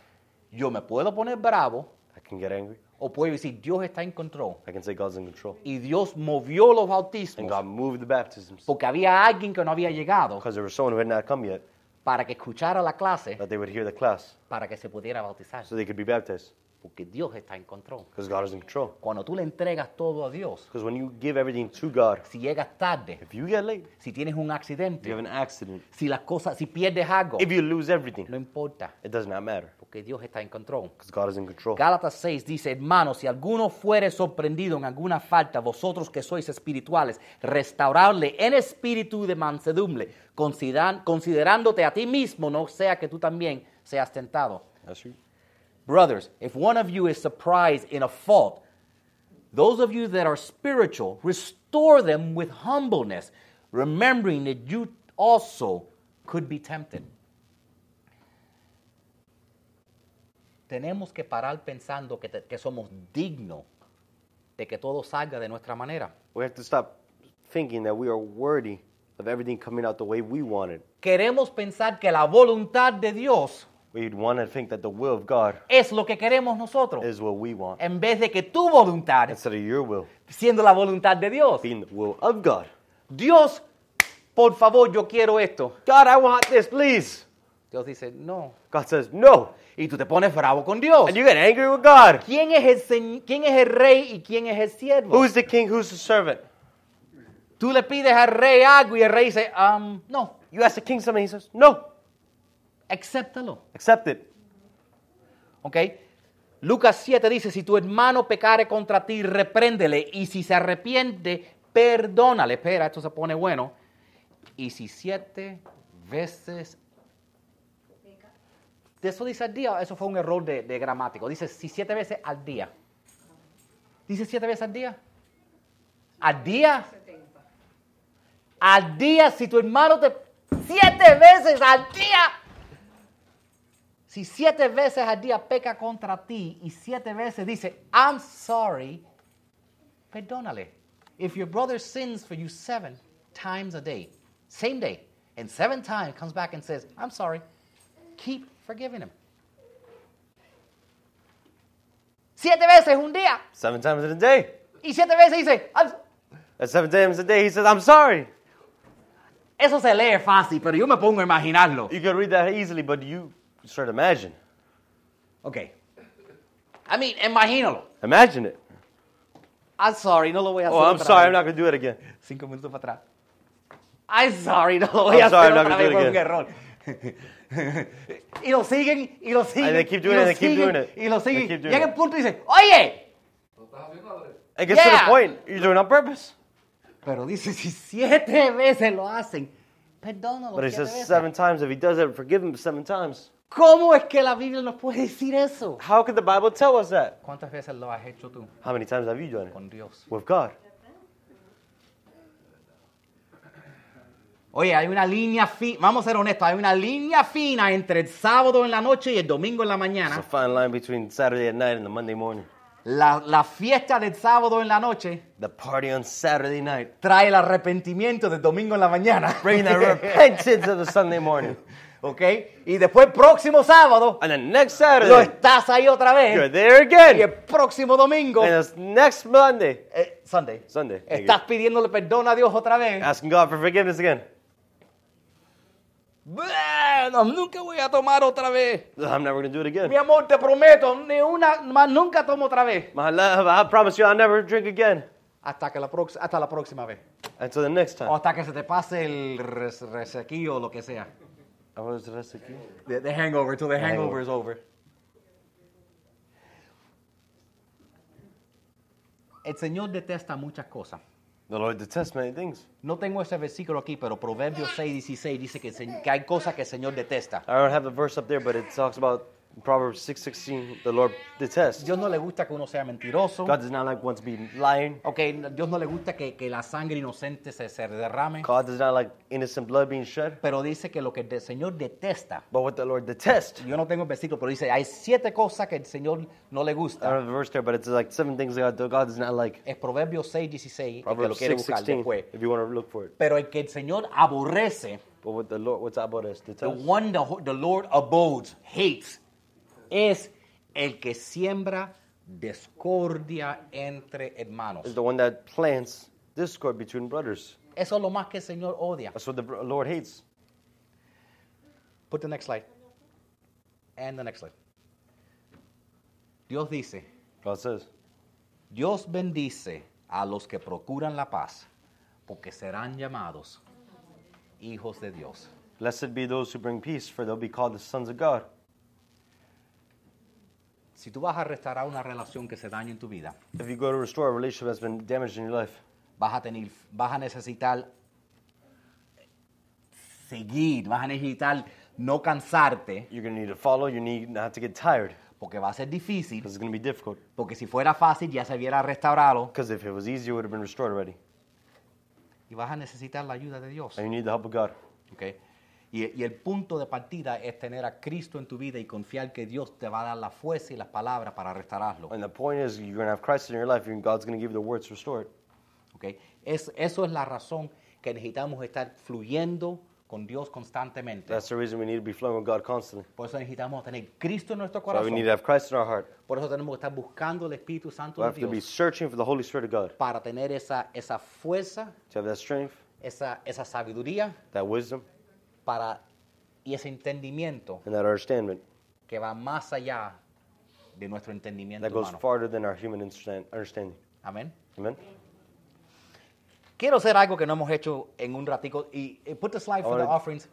Speaker 1: Yo me puedo poner bravo
Speaker 2: I can get angry.
Speaker 1: o puedo decir Dios está en control.
Speaker 2: I can say God's in control.
Speaker 1: Y Dios movió los
Speaker 2: And
Speaker 1: bautismos
Speaker 2: God moved the baptisms
Speaker 1: porque había alguien que no había llegado
Speaker 2: because there was someone who had not come yet
Speaker 1: para que escuchara la clase
Speaker 2: that they would hear the class
Speaker 1: para que se pudiera bautizar.
Speaker 2: so they could be baptized
Speaker 1: Porque Dios está en control.
Speaker 2: because God is in control.
Speaker 1: Cuando tú le entregas todo a Dios,
Speaker 2: Because when you give everything to God,
Speaker 1: si llegas tarde,
Speaker 2: if you get late,
Speaker 1: si tienes un
Speaker 2: if you have
Speaker 1: accidente,
Speaker 2: an accident,
Speaker 1: si las cosas, si pierdes algo,
Speaker 2: if you lose everything,
Speaker 1: no importa,
Speaker 2: it does not matter
Speaker 1: porque Dios está en control.
Speaker 2: because God is in control.
Speaker 1: Gálatas 6 dice, hermanos, si alguno fuere sorprendido en alguna falta, vosotros que sois espirituales, restaurarle en espíritu de mansedumbre, consideran- considerándote a ti mismo, no sea que tú también seas tentado.
Speaker 2: That's you.
Speaker 1: Brothers, if one of you is surprised in a fault, those of you that are spiritual, restore them with humbleness, remembering that you also could be tempted. Tenemos que parar pensando que, te- que somos dignos de que todo salga de nuestra manera.
Speaker 2: We have to stop thinking that we are worthy of everything coming out the way we want it.
Speaker 1: Queremos pensar que la voluntad de Dios
Speaker 2: We'd want to think that the will of God
Speaker 1: es lo que queremos nosotros,
Speaker 2: is what we want
Speaker 1: en vez de que tu voluntad,
Speaker 2: instead of your will
Speaker 1: siendo la voluntad de Dios,
Speaker 2: being the will of God.
Speaker 1: Dios, por favor, yo quiero esto.
Speaker 2: God, I want this, please.
Speaker 1: Dios dice, no.
Speaker 2: God says, no.
Speaker 1: Y tú te pones bravo con Dios.
Speaker 2: And you get angry with God.
Speaker 1: ¿Quién es, el señ- ¿Quién es el rey y quién es el siervo?
Speaker 2: Who's the king? Who's the servant?
Speaker 1: Tú le pides al rey algo y el rey dice, "Um, no,
Speaker 2: You ask the king something, he says, no.
Speaker 1: acéptalo.
Speaker 2: Accept it.
Speaker 1: ¿Ok? Lucas 7 dice, si tu hermano pecare contra ti, repréndele. Y si se arrepiente, perdónale. Espera, esto se pone bueno. Y si siete veces... De eso dice al día, eso fue un error de, de gramático. Dice, si siete veces al día. Dice siete veces al día. Al día. Al día, si tu hermano te... Siete veces al día. Si siete veces al día peca contra ti y siete veces dice, I'm sorry, perdónale. If your brother sins for you seven times a day, same day, and seven times comes back and says, I'm sorry, keep forgiving him. Siete veces un día
Speaker 2: Seven times in a day.
Speaker 1: y siete veces dice, "I'm s-".
Speaker 2: At seven times a day, he says, I'm sorry.
Speaker 1: eso se lee fácil, pero yo me pongo a imaginarlo.
Speaker 2: You can read that easily, but you start to imagine.
Speaker 1: Ok. I mean, imagínalo.
Speaker 2: Imagine it.
Speaker 1: I'm sorry, no lo voy a hacer.
Speaker 2: Oh, I'm
Speaker 1: otra
Speaker 2: sorry,
Speaker 1: vez.
Speaker 2: I'm not going to do it again.
Speaker 1: cinco minutos para atrás. I'm sorry, no lo voy a
Speaker 2: I'm sorry,
Speaker 1: hacer
Speaker 2: I'm not
Speaker 1: otra
Speaker 2: gonna
Speaker 1: vez,
Speaker 2: do
Speaker 1: fue
Speaker 2: it
Speaker 1: un error.
Speaker 2: <laughs>
Speaker 1: y lo siguen, y lo siguen,
Speaker 2: And they keep
Speaker 1: y
Speaker 2: doing
Speaker 1: lo
Speaker 2: it, they keep
Speaker 1: siguen,
Speaker 2: doing it.
Speaker 1: y lo
Speaker 2: They
Speaker 1: siguen.
Speaker 2: keep doing
Speaker 1: Llega
Speaker 2: it.
Speaker 1: el punto y dice, oye,
Speaker 2: It gets to
Speaker 1: Yeah.
Speaker 2: the point. You're doing it on purpose.
Speaker 1: pero dice, si siete <laughs> veces lo hacen, perdónalo
Speaker 2: But he
Speaker 1: siete
Speaker 2: says
Speaker 1: veces.
Speaker 2: seven times. If he does it, forgive him seven times.
Speaker 1: ¿Cómo es que la Biblia nos puede decir eso?
Speaker 2: How could the Bible tell us that?
Speaker 1: ¿Cuántas veces lo has hecho tú
Speaker 2: How many times have you done it?
Speaker 1: con Dios?
Speaker 2: With God.
Speaker 1: Oye, hay una línea fina, vamos a ser honestos, hay una línea fina entre el sábado en la noche y el domingo en la
Speaker 2: It's a
Speaker 1: mañana.
Speaker 2: fine line between Saturday at night and the Monday morning.
Speaker 1: La, la fiesta del sábado en la noche
Speaker 2: The party on Saturday <laughs> night.
Speaker 1: trae el arrepentimiento del domingo en la <laughs> mañana.
Speaker 2: Bringing the repentance of the Sunday morning.
Speaker 1: ¿Ok? Y después el próximo sábado
Speaker 2: And then next
Speaker 1: lo
Speaker 2: Saturday,
Speaker 1: estás ahí otra
Speaker 2: you're
Speaker 1: vez.
Speaker 2: there
Speaker 1: Y
Speaker 2: again.
Speaker 1: el próximo domingo,
Speaker 2: And it's next Monday,
Speaker 1: eh, Sunday,
Speaker 2: Sunday. there you go.
Speaker 1: estás pidiéndole perdón a Dios otra vez.
Speaker 2: Asking God for forgiveness again.
Speaker 1: Bueno, nunca voy a tomar otra vez.
Speaker 2: Ugh, I'm never going to do it
Speaker 1: Mi
Speaker 2: again.
Speaker 1: amor, te prometo, ni una más nunca tomo otra vez.
Speaker 2: My love, I promise you I'll never drink again.
Speaker 1: Hasta, que la prox- hasta la próxima vez.
Speaker 2: Until the next
Speaker 1: O
Speaker 2: time.
Speaker 1: hasta que se te pase el res- resequillo o lo que sea.
Speaker 2: I was the rest of you.
Speaker 1: The, the hangover, till the
Speaker 2: hangover
Speaker 1: hangover is over. El Señor detesta muchas cosas.
Speaker 2: The Lord detests many things.
Speaker 1: No tengo ese versículo aquí, pero Proverbios 6, 16 dice que, el Señor- que hay cosas que el Señor detesta.
Speaker 2: I don't have the verse up there, but it talks about In Proverbs 6:16, the Lord detests.
Speaker 1: Dios no le gusta que uno sea mentiroso.
Speaker 2: God does not like one to be lying.
Speaker 1: Ok, Dios no le gusta que, que la sangre inocente se, se derrame.
Speaker 2: God does not like innocent blood being shed.
Speaker 1: Pero dice que lo que el Señor detesta,
Speaker 2: But what the Lord detests,
Speaker 1: yo no tengo el versículo, pero dice, hay siete cosas que el Señor no le
Speaker 2: I don't
Speaker 1: gusta.
Speaker 2: have the verse there, but it's like seven things that God- God does not like.
Speaker 1: Es Proverbios 6, 16, el que lo
Speaker 2: Proverbs
Speaker 1: quiere buscar
Speaker 2: 6:16,
Speaker 1: después.
Speaker 2: if you want to look for it.
Speaker 1: Pero el que el Señor aborrece,
Speaker 2: But what the Lord, what's about us?
Speaker 1: the
Speaker 2: Detests.
Speaker 1: one the, the Lord abodes, hates, es el que siembra discordia entre
Speaker 2: Is
Speaker 1: hermanos.
Speaker 2: the one that plants discord between brothers.
Speaker 1: Eso es lo más que el Señor odia.
Speaker 2: That's what the br- Lord hates.
Speaker 1: Put the next slide. And the next slide. Dios dice,
Speaker 2: God says,
Speaker 1: Dios bendice a los que procuran la paz, porque serán llamados hijos de Dios.
Speaker 2: Blessed be those who bring peace, for they'll be called the sons of God.
Speaker 1: Si tú vas a restaurar una relación que se daña en tu vida,
Speaker 2: If you go to restore a relationship that's been damaged in your life,
Speaker 1: vas a tener, vas a necesitar seguir, vas a necesitar no cansarte,
Speaker 2: you're going to need to follow. You need not to get tired,
Speaker 1: porque va a ser difícil,
Speaker 2: because it's going to be difficult.
Speaker 1: porque si fuera fácil ya se hubiera restaurado
Speaker 2: Because if it was easy, it would have been restored already.
Speaker 1: y vas a necesitar la ayuda de Dios.
Speaker 2: And you need the help of God.
Speaker 1: ¿ok? Y, y el punto de partida es tener a Cristo en tu vida y confiar que Dios te va a dar la fuerza y las palabras para restaurarlo.
Speaker 2: And the point is, you're going to have Christ in your life, and God's going to give you the words to restore it.
Speaker 1: ¿ok? Es, eso es la razón que necesitamos estar fluyendo con Dios constantemente.
Speaker 2: That's the reason we need to be flowing with God constantly.
Speaker 1: Por eso necesitamos tener Cristo en nuestro
Speaker 2: Why we
Speaker 1: corazón.
Speaker 2: need to have Christ in our heart.
Speaker 1: Por eso tenemos que estar buscando el Espíritu Santo
Speaker 2: We
Speaker 1: de
Speaker 2: have to be
Speaker 1: Dios
Speaker 2: searching for the Holy Spirit of God
Speaker 1: para tener esa, esa fuerza,
Speaker 2: to have that strength,
Speaker 1: esa, esa sabiduría
Speaker 2: that wisdom,
Speaker 1: para, y ese entendimiento
Speaker 2: and that understanding
Speaker 1: que va más allá de nuestro entendimiento
Speaker 2: that goes
Speaker 1: humano.
Speaker 2: farther than our human understand- understanding.
Speaker 1: Amén.
Speaker 2: Amen.
Speaker 1: Quiero hacer algo que no hemos hecho en un ratico. Y, y put the slide for the
Speaker 2: Ahora-
Speaker 1: offerings.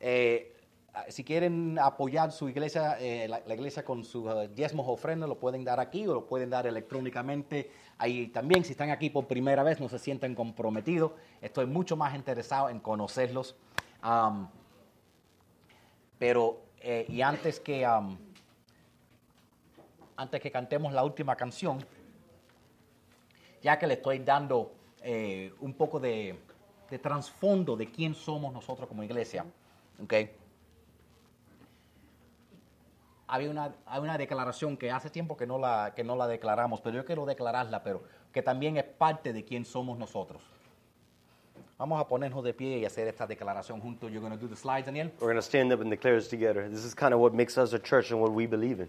Speaker 1: Eh, ah, si quieren apoyar su iglesia, eh, la, la iglesia con sus eh, diezmos ofrendas, lo pueden dar aquí o lo pueden dar electrónicamente. Ahí también, si están aquí por primera vez, no se sienten comprometidos. Estoy mucho más interesado en conocerlos. Am, pero, eh, y antes que, am, antes que cantemos la última canción, ya que le estoy dando eh, un poco de, de trasfondo de quién somos nosotros como iglesia. ¿ok? Había una, hay una declaración que hace tiempo que no, la, que no la declaramos, pero yo quiero declararla, pero que también es parte de quién somos nosotros. Vamos a ponernos de pie y hacer esta declaración juntos. You're going to do the slides, Daniel.
Speaker 2: We're going to stand up and declare this together. This is kind of what makes us a church and what we believe in.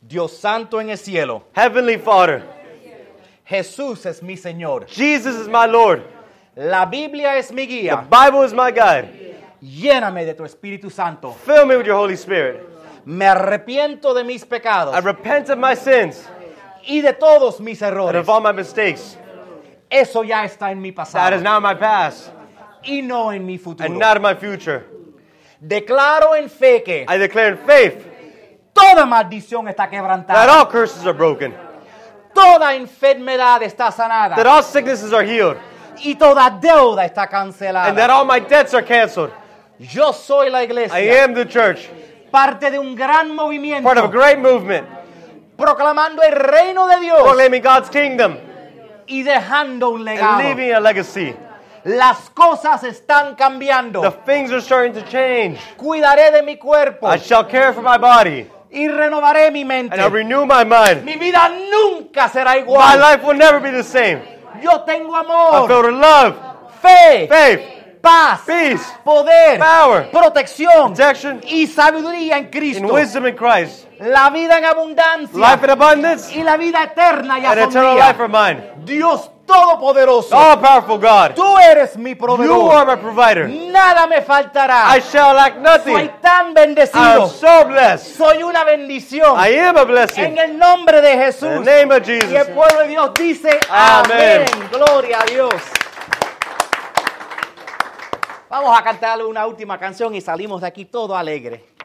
Speaker 1: Dios santo en el cielo,
Speaker 2: Heavenly Father,
Speaker 1: Jesús es mi Señor.
Speaker 2: Jesus is my Lord.
Speaker 1: La Biblia es mi
Speaker 2: The
Speaker 1: guía.
Speaker 2: Bible is my guide.
Speaker 1: Lléname de tu Espíritu Santo.
Speaker 2: Fill me with your Holy Spirit.
Speaker 1: Me arrepiento de mis pecados
Speaker 2: I repent of my sins
Speaker 1: y de todos mis
Speaker 2: and
Speaker 1: errores.
Speaker 2: of all my mistakes.
Speaker 1: Eso ya está en mi
Speaker 2: That
Speaker 1: pasado
Speaker 2: is now my past
Speaker 1: y no en mi futuro.
Speaker 2: and not in my future.
Speaker 1: Declaro en fe que
Speaker 2: I declare in faith
Speaker 1: toda maldición está
Speaker 2: that
Speaker 1: quebrantada,
Speaker 2: all curses are broken,
Speaker 1: toda enfermedad está
Speaker 2: that
Speaker 1: sanada
Speaker 2: all sicknesses are healed,
Speaker 1: y toda deuda está
Speaker 2: and that
Speaker 1: cancelada.
Speaker 2: all my debts are canceled.
Speaker 1: Yo soy la
Speaker 2: I
Speaker 1: iglesia,
Speaker 2: am the church,
Speaker 1: parte de un gran movimiento
Speaker 2: part of a great movement,
Speaker 1: proclamando el reino de Dios
Speaker 2: proclaiming God's kingdom
Speaker 1: y dejando un
Speaker 2: and
Speaker 1: legado.
Speaker 2: leaving a legacy.
Speaker 1: Las cosas están
Speaker 2: The
Speaker 1: cambiando.
Speaker 2: things are starting to change.
Speaker 1: Cuidaré de mi cuerpo
Speaker 2: I shall care for my body,
Speaker 1: y renovaré mi mente.
Speaker 2: and I'll renew my mind.
Speaker 1: Mi vida nunca será
Speaker 2: My
Speaker 1: igual.
Speaker 2: life will never be the same.
Speaker 1: Yo tengo
Speaker 2: I'm
Speaker 1: amor,
Speaker 2: filled with love,
Speaker 1: fe,
Speaker 2: faith,
Speaker 1: paz,
Speaker 2: peace,
Speaker 1: poder,
Speaker 2: power,
Speaker 1: protección
Speaker 2: protection,
Speaker 1: y sabiduría en
Speaker 2: and
Speaker 1: Cristo.
Speaker 2: wisdom in Christ.
Speaker 1: La vida en abundancia
Speaker 2: Life in abundance
Speaker 1: y la vida eterna ya
Speaker 2: and
Speaker 1: son
Speaker 2: eternal
Speaker 1: mía.
Speaker 2: life are mine.
Speaker 1: Dios Todopoderoso,
Speaker 2: All powerful God.
Speaker 1: tú eres mi
Speaker 2: You are
Speaker 1: proveedor.
Speaker 2: my provider.
Speaker 1: Nada me faltará.
Speaker 2: I shall lack
Speaker 1: Soy
Speaker 2: nothing.
Speaker 1: tan
Speaker 2: I am
Speaker 1: bendecido.
Speaker 2: so blessed.
Speaker 1: Soy una bendición.
Speaker 2: I am a
Speaker 1: En
Speaker 2: blessing.
Speaker 1: el nombre de Jesús.
Speaker 2: In the name of
Speaker 1: Y el
Speaker 2: Jesus.
Speaker 1: pueblo de Dios dice amén.
Speaker 2: Amén.
Speaker 1: Gloria a Dios. Vamos a cantarle una última canción y salimos de aquí todo alegre.